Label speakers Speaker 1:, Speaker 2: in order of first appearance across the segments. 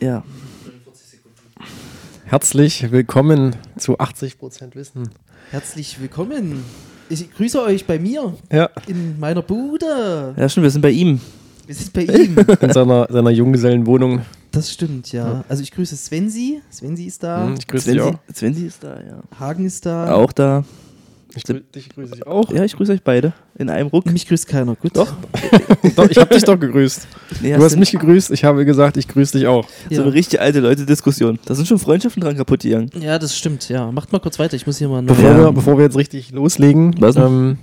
Speaker 1: Ja.
Speaker 2: Herzlich willkommen zu 80% Wissen.
Speaker 3: Herzlich willkommen. Ich grüße euch bei mir
Speaker 2: Ja,
Speaker 3: in meiner Bude.
Speaker 1: Ja, stimmt, wir sind bei ihm.
Speaker 3: Wir sind bei ihm.
Speaker 2: in seiner, seiner Junggesellenwohnung.
Speaker 3: Das stimmt, ja. Also ich grüße Svensi. Svensi ist da.
Speaker 1: Mhm.
Speaker 2: Hm, Ich grüße dich
Speaker 1: Svenzi,
Speaker 2: auch.
Speaker 1: Svenzi ist da, ja.
Speaker 3: Hagen ist da.
Speaker 1: Auch da.
Speaker 2: Ich grüße, dich grüße dich auch.
Speaker 1: Ja, ich grüße euch beide in einem Ruck.
Speaker 3: Mich grüßt keiner. Gut.
Speaker 1: Doch.
Speaker 2: Doch, ich habe dich doch gegrüßt.
Speaker 1: Nee,
Speaker 2: Du hast
Speaker 1: du-
Speaker 2: mich gegrüßt, ich habe gesagt, ich grüße dich auch.
Speaker 1: So
Speaker 3: Ja.
Speaker 1: eine richtige alte Leute-Diskussion. Da sind schon Freundschaften dran kaputt gegangen.
Speaker 3: ja, das stimmt, ja. Macht mal kurz weiter. Ich muss hier mal.
Speaker 2: Bevor,
Speaker 1: Ja.
Speaker 2: wir, bevor wir jetzt richtig loslegen,
Speaker 1: Was denn?
Speaker 2: ähm,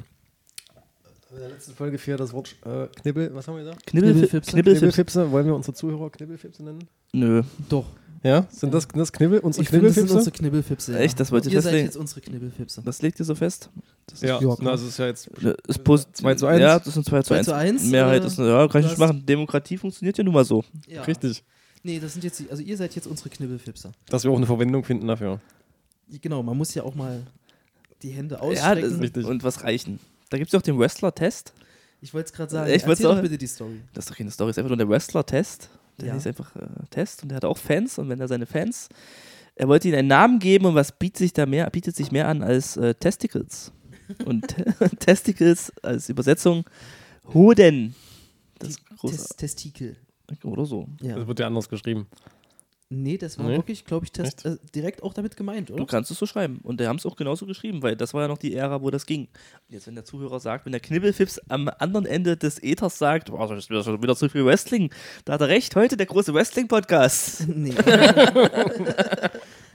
Speaker 2: in der letzten Folge fiel das Wort äh, Knibbel, was haben wir
Speaker 1: Knibbelfipse.
Speaker 2: gesagt?
Speaker 3: Knibbelfipse.
Speaker 1: Knibbelfipse.
Speaker 2: Knibbelfipse, wollen wir unsere Zuhörer Knibbelfipse nennen?
Speaker 1: Nö.
Speaker 3: Doch.
Speaker 2: Ja, sind das, das Knibbel, unsere
Speaker 3: Ich finde, das sind
Speaker 2: Knibbelfipse?
Speaker 3: unsere Knibbelfipse. Ja.
Speaker 1: Echt? Das wollt ihr
Speaker 3: Ihr seid
Speaker 1: festlegen?
Speaker 3: jetzt unsere Knibbelfipse.
Speaker 1: Das legt ihr so fest? Das
Speaker 2: ja,
Speaker 3: Ja,
Speaker 2: na, also ist ja jetzt
Speaker 1: Äh, Ist posit-
Speaker 2: 2 zu 1.
Speaker 1: Ja, das ist ein 2 zu 1.
Speaker 3: 2 zu 1,
Speaker 1: Mehrheit
Speaker 3: äh,
Speaker 1: ist, ja, kann ich
Speaker 3: du
Speaker 1: nicht
Speaker 3: hast-
Speaker 1: machen. Demokratie funktioniert ja nun mal so.
Speaker 3: Ja.
Speaker 2: richtig,
Speaker 3: Nee, das sind jetzt die, also ihr seid jetzt unsere Knibbelfipse.
Speaker 2: dass wir auch eine Verwendung finden dafür.
Speaker 3: Genau, man muss ja auch mal die Hände
Speaker 1: Ja, das
Speaker 3: ausstrecken.
Speaker 1: ist
Speaker 2: Richtig.
Speaker 1: Und was reichen. Da gibt es ja auch den Wrestler-Test.
Speaker 3: ich wollte es gerade sagen.
Speaker 1: Ich wollt's
Speaker 3: Erzähl
Speaker 1: auch-
Speaker 3: doch bitte die Story.
Speaker 1: Das ist doch keine Story, ist einfach nur der Wrestler-Test. Der
Speaker 3: Ja.
Speaker 1: hieß einfach äh, Test und der hatte auch Fans und wenn er seine Fans. Er wollte ihnen einen Namen geben und was bietet sich da mehr, bietet sich mehr an als äh, Testicles. Und Testicles als Übersetzung Hoden. Das ist
Speaker 3: Tes
Speaker 1: großartig.
Speaker 3: Testikel.
Speaker 1: Oder so.
Speaker 3: Ja.
Speaker 2: Das wird ja anders geschrieben.
Speaker 3: Nee, das war
Speaker 2: Nee?
Speaker 3: wirklich, glaube ich, Test, äh, direkt auch damit gemeint,
Speaker 1: Du
Speaker 3: oder?
Speaker 1: kannst es so schreiben. Und die haben es auch genauso geschrieben, weil das war ja noch die Ära, wo das ging. Und jetzt, wenn der Zuhörer sagt, wenn der Knibbelfips am anderen Ende des Äthers sagt, boah, das ist wieder schon wieder zu viel Wrestling, da hat er recht, heute der große Wrestling-Podcast.
Speaker 3: Nee.
Speaker 2: Kam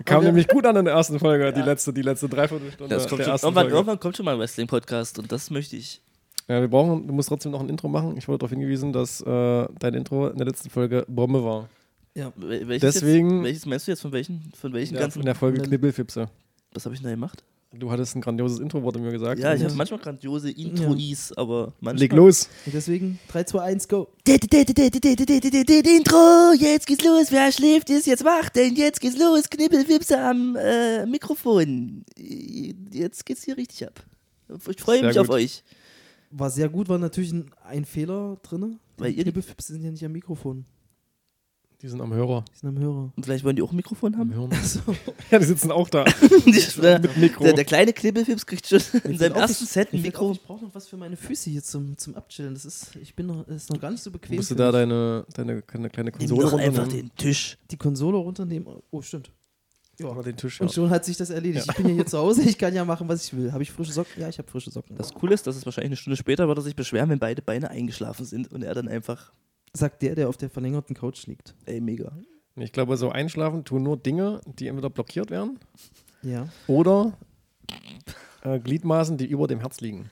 Speaker 3: wir-
Speaker 2: nämlich gut an in der ersten Folge, die letzte, die letzte Dreiviertelstunde
Speaker 1: Das kommt
Speaker 2: der
Speaker 1: schon,
Speaker 2: ersten
Speaker 1: irgendwann,
Speaker 2: Folge.
Speaker 1: irgendwann kommt schon mal ein Wrestling-Podcast und das möchte ich.
Speaker 2: Ja, wir brauchen, du musst trotzdem noch ein Intro machen. Ich wurde darauf hingewiesen, dass äh, dein Intro in der letzten Folge Bombe war.
Speaker 3: ja.
Speaker 1: Wel- Welches
Speaker 2: Deswegen-
Speaker 1: Jetzt, welches meinst du jetzt von welchen, von welchen
Speaker 2: Ja, in
Speaker 1: ganzen.
Speaker 2: der Folge
Speaker 3: Dann-
Speaker 2: Knibbelfipse.
Speaker 1: Was habe ich denn da gemacht?
Speaker 2: Du hattest ein grandioses Intro, wurde mir gesagt.
Speaker 1: Ja, ich
Speaker 2: Und-
Speaker 1: habe manchmal grandiose Intro-Is, aber manchmal.
Speaker 2: Leg los.
Speaker 3: Und deswegen 3, 2, 1, go.
Speaker 1: Intro, jetzt geht's los, wer schläft, ist jetzt wach, denn jetzt geht's los, Knibbelwipse am äh, Mikrofon. Jetzt geht's hier richtig ab. Ich freue
Speaker 2: Sehr
Speaker 1: mich auf
Speaker 2: gut.
Speaker 1: euch.
Speaker 3: War sehr gut, war natürlich ein, ein Fehler drin.
Speaker 1: Weil ihr-
Speaker 3: Knibbelfipse sind ja nicht am Mikrofon,
Speaker 2: Die sind am Hörer.
Speaker 3: die sind am Hörer.
Speaker 1: Und vielleicht wollen die auch ein Mikrofon haben?
Speaker 3: Achso.
Speaker 2: Ja, die sitzen auch da.
Speaker 1: der,
Speaker 2: Mit Mikro.
Speaker 1: der, der kleine Knibbelwips kriegt schon in seinem
Speaker 3: auch-
Speaker 1: ersten Set ein
Speaker 3: Ich,
Speaker 1: Mikro.
Speaker 3: ich, ich brauche noch was für meine Füße hier zum, zum Abchillen. Das ist, ich bin noch, das ist noch gar nicht so bequem.
Speaker 2: Musst du
Speaker 3: für
Speaker 2: da
Speaker 3: mich.
Speaker 2: deine, deine, deine kleine
Speaker 1: Nimm
Speaker 2: Konsole
Speaker 1: doch einfach
Speaker 2: runternehmen.
Speaker 1: den Tisch.
Speaker 3: Die Konsole runternehmen. Oh, stimmt. Ja.
Speaker 2: Oder den Tisch, ja.
Speaker 3: Und schon hat sich das erledigt. Ich bin ja hier zu Hause, ich kann ja machen, was ich will. Habe ich frische Socken? Ja, ich habe frische Socken.
Speaker 1: Das Coole ist, dass es wahrscheinlich eine Stunde später wird er sich beschweren, wenn beide Beine eingeschlafen sind und er dann einfach,
Speaker 3: sagt der, der auf der verlängerten Couch liegt.
Speaker 1: ey, mega.
Speaker 2: Ich glaube, so einschlafen tun nur Dinge, die entweder blockiert werden
Speaker 3: Ja.
Speaker 2: oder äh, Gliedmaßen, die über dem Herz liegen.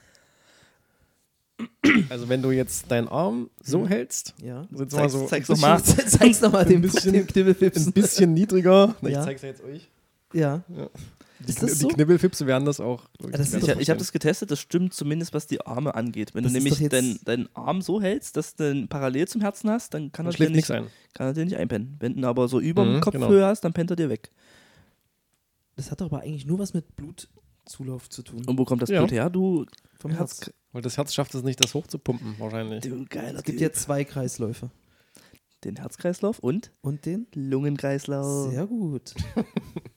Speaker 2: Also wenn du jetzt deinen Arm so hältst,
Speaker 3: Ja.
Speaker 2: sitzt mal
Speaker 1: Mhm. Zeig's,
Speaker 2: so
Speaker 1: zeig's nochmal.
Speaker 3: Zeig's nochmal dem,
Speaker 2: Ein bisschen-
Speaker 3: dem
Speaker 2: ein
Speaker 3: Knibbelfipsen.
Speaker 2: bisschen niedriger. Na,
Speaker 3: Ja.
Speaker 2: zeig's ja jetzt euch.
Speaker 3: Ja.
Speaker 2: Ja. Die,
Speaker 3: Ist das
Speaker 2: Kn-
Speaker 3: so?
Speaker 2: die Knibbelfipse werden das auch. glaub
Speaker 3: das sind
Speaker 1: Ich,
Speaker 2: werden
Speaker 1: hab- ich habe das getestet, das stimmt zumindest, was die Arme angeht. Wenn
Speaker 3: Das
Speaker 1: du
Speaker 3: ist
Speaker 1: nämlich
Speaker 3: doch jetzt-
Speaker 1: deinen deinen Arm so hältst, dass du den parallel zum Herzen hast, dann kann
Speaker 2: Dann
Speaker 1: er, dir
Speaker 2: schläft
Speaker 1: nicht,
Speaker 2: nichts ein.
Speaker 1: kann er dir nicht einpennen. Wenn du ihn aber so über
Speaker 2: Mhm,
Speaker 1: dem Kopfhöhe
Speaker 2: genau.
Speaker 1: hast, dann pennt er dir weg.
Speaker 3: Das hat doch aber eigentlich nur was mit Blutzulauf zu tun.
Speaker 1: Und wo kommt das
Speaker 2: Ja.
Speaker 1: Blut her? Du,
Speaker 3: Vom Herz.
Speaker 1: Um Herz-
Speaker 2: Weil das Herz schafft es nicht, das hochzupumpen, wahrscheinlich.
Speaker 1: du geiler
Speaker 3: Es gibt ja
Speaker 1: Typ.
Speaker 3: zwei Kreisläufe.
Speaker 1: den Herzkreislauf und
Speaker 3: Und den? Oh.
Speaker 1: Lungenkreislauf.
Speaker 3: Sehr gut.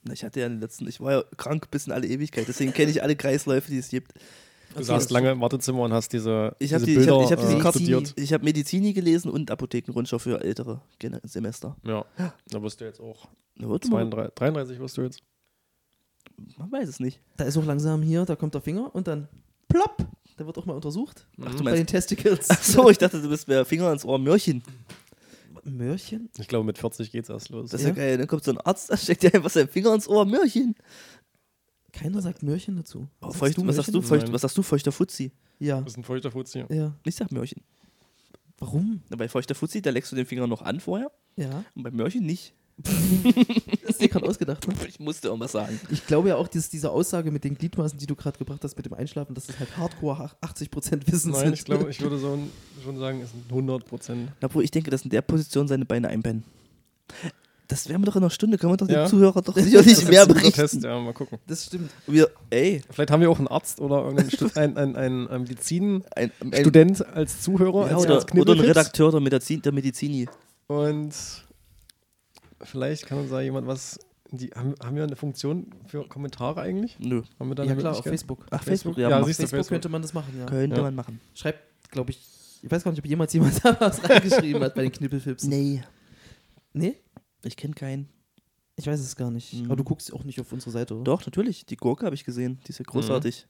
Speaker 1: Na, Ich hatte ja den letzten, ich war ja krank bis in alle Ewigkeit, deswegen kenne ich alle Kreisläufe, die es gibt.
Speaker 2: Du saßt lange im Wartezimmer und hast diese,
Speaker 1: Ich
Speaker 2: diese
Speaker 1: habe die, ich
Speaker 2: Bilder
Speaker 1: hab, ich hab diese
Speaker 2: äh,
Speaker 1: Medizini,
Speaker 2: studiert.
Speaker 1: ich hab Medizini gelesen und Apothekenrundschau für ältere Gen Semester.
Speaker 2: Ja, da wirst du jetzt auch.
Speaker 1: Na, warte mal.
Speaker 2: 32, 33 wirst du jetzt.
Speaker 1: Man weiß es nicht.
Speaker 3: Da ist auch langsam hier, da kommt der Finger und dann plopp. Da wird auch mal untersucht.
Speaker 2: Mhm.
Speaker 1: Ach, du
Speaker 3: Bei den
Speaker 1: meinst.
Speaker 3: Testicles.
Speaker 1: Ach so, ich dachte, du bist mehr Finger ins Ohr, Mörchen.
Speaker 3: Mörchen?
Speaker 2: Ich glaube, mit 40 geht's erst los.
Speaker 1: Das ist ja,
Speaker 3: Ja.
Speaker 1: geil. Dann kommt so ein Arzt, da steckt dir einfach seinen Finger ins Ohr, Mörchen.
Speaker 3: Keiner sagt Mörchen dazu.
Speaker 1: Oh,
Speaker 3: Sagst
Speaker 1: feucht, was, sagst du,
Speaker 3: Mörchen?
Speaker 1: feucht, was sagst du, feuchter Fuzzi?
Speaker 3: Ja.
Speaker 2: ist ein feuchter Fuzzi.
Speaker 3: Ja.
Speaker 1: Ich sag Mörchen.
Speaker 3: Warum?
Speaker 1: Na, Bei feuchter Fuzzi, da leckst du den Finger noch an vorher
Speaker 3: Ja.
Speaker 1: und bei Mörchen nicht.
Speaker 3: Das ist dir gerade ausgedacht, ne?
Speaker 1: Ich musste irgendwas sagen.
Speaker 3: Ich glaube ja auch, dass diese Aussage mit den Gliedmaßen, die du gerade gebracht hast, mit dem Einschlafen, dass das halt Hardcore 80% Wissen
Speaker 2: Nein,
Speaker 3: sind.
Speaker 2: ich glaube, ich würde so ein, schon sagen, es sind 100 Prozent.
Speaker 1: Obwohl, ich denke, dass in der Position seine Beine einpennen. Das wären wir doch in einer Stunde, können wir doch
Speaker 2: Ja.
Speaker 1: dem Zuhörer doch sicherlich mehr
Speaker 2: Test,
Speaker 1: berichten.
Speaker 2: ja, mal gucken.
Speaker 3: Das stimmt.
Speaker 1: Wir, ey,
Speaker 2: Vielleicht haben wir auch einen Arzt oder irgendeinen Stu- ein, ein, ein, ein Medizinstudent
Speaker 1: ein, ein,
Speaker 2: als Zuhörer,
Speaker 1: ja,
Speaker 2: als,
Speaker 1: oder, oder
Speaker 2: als
Speaker 1: ein
Speaker 2: Knibbelfips.
Speaker 1: Redakteur der Medizin, der Medizini.
Speaker 2: Und vielleicht kann uns da jemand was. Die, haben, haben wir eine Funktion für Kommentare eigentlich?
Speaker 1: Nö.
Speaker 2: Haben wir da
Speaker 3: Ja
Speaker 2: eine
Speaker 3: klar, auf
Speaker 2: Möglichkeit?
Speaker 3: Facebook.
Speaker 1: Ach, Facebook,
Speaker 2: Ja,
Speaker 1: ja,
Speaker 2: ja
Speaker 1: mach-
Speaker 2: siehst du,
Speaker 3: Facebook,
Speaker 2: Facebook.
Speaker 3: könnte man das machen, ja.
Speaker 1: Könnte
Speaker 2: Ja.
Speaker 1: man machen.
Speaker 3: Schreibt, glaube ich, ich weiß gar nicht, ob jemals jemand da was reingeschrieben hat bei den Knippelfilms.
Speaker 1: Nee,
Speaker 3: Nee?
Speaker 1: ich kenne keinen.
Speaker 3: Ich weiß es gar nicht.
Speaker 1: Mhm.
Speaker 3: Aber du guckst auch nicht auf unsere Seite, oder?
Speaker 1: Doch, natürlich. Die Gurke habe ich gesehen. Die ist ja großartig.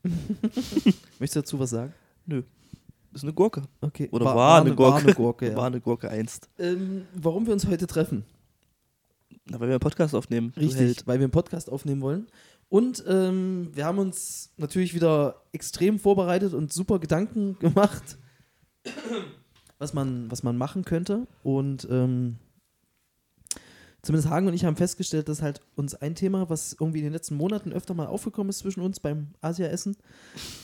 Speaker 3: Möchtest du dazu was sagen?
Speaker 1: Ist eine Gurke.
Speaker 3: Okay.
Speaker 1: Oder war, eine, Gurke.
Speaker 3: War eine Gurke, ja.
Speaker 1: War eine Gurke einst.
Speaker 3: Ähm, warum wir uns heute treffen?
Speaker 1: Na, weil wir einen Podcast aufnehmen. du
Speaker 3: Richtig,
Speaker 1: Held.
Speaker 3: weil wir einen Podcast aufnehmen wollen. Und ähm, wir haben uns natürlich wieder extrem vorbereitet und super Gedanken gemacht, was man, was man machen könnte. Und ähm, zumindest Hagen und ich haben festgestellt, dass halt uns ein Thema, was irgendwie in den letzten Monaten öfter mal aufgekommen ist zwischen uns beim Asia-Essen,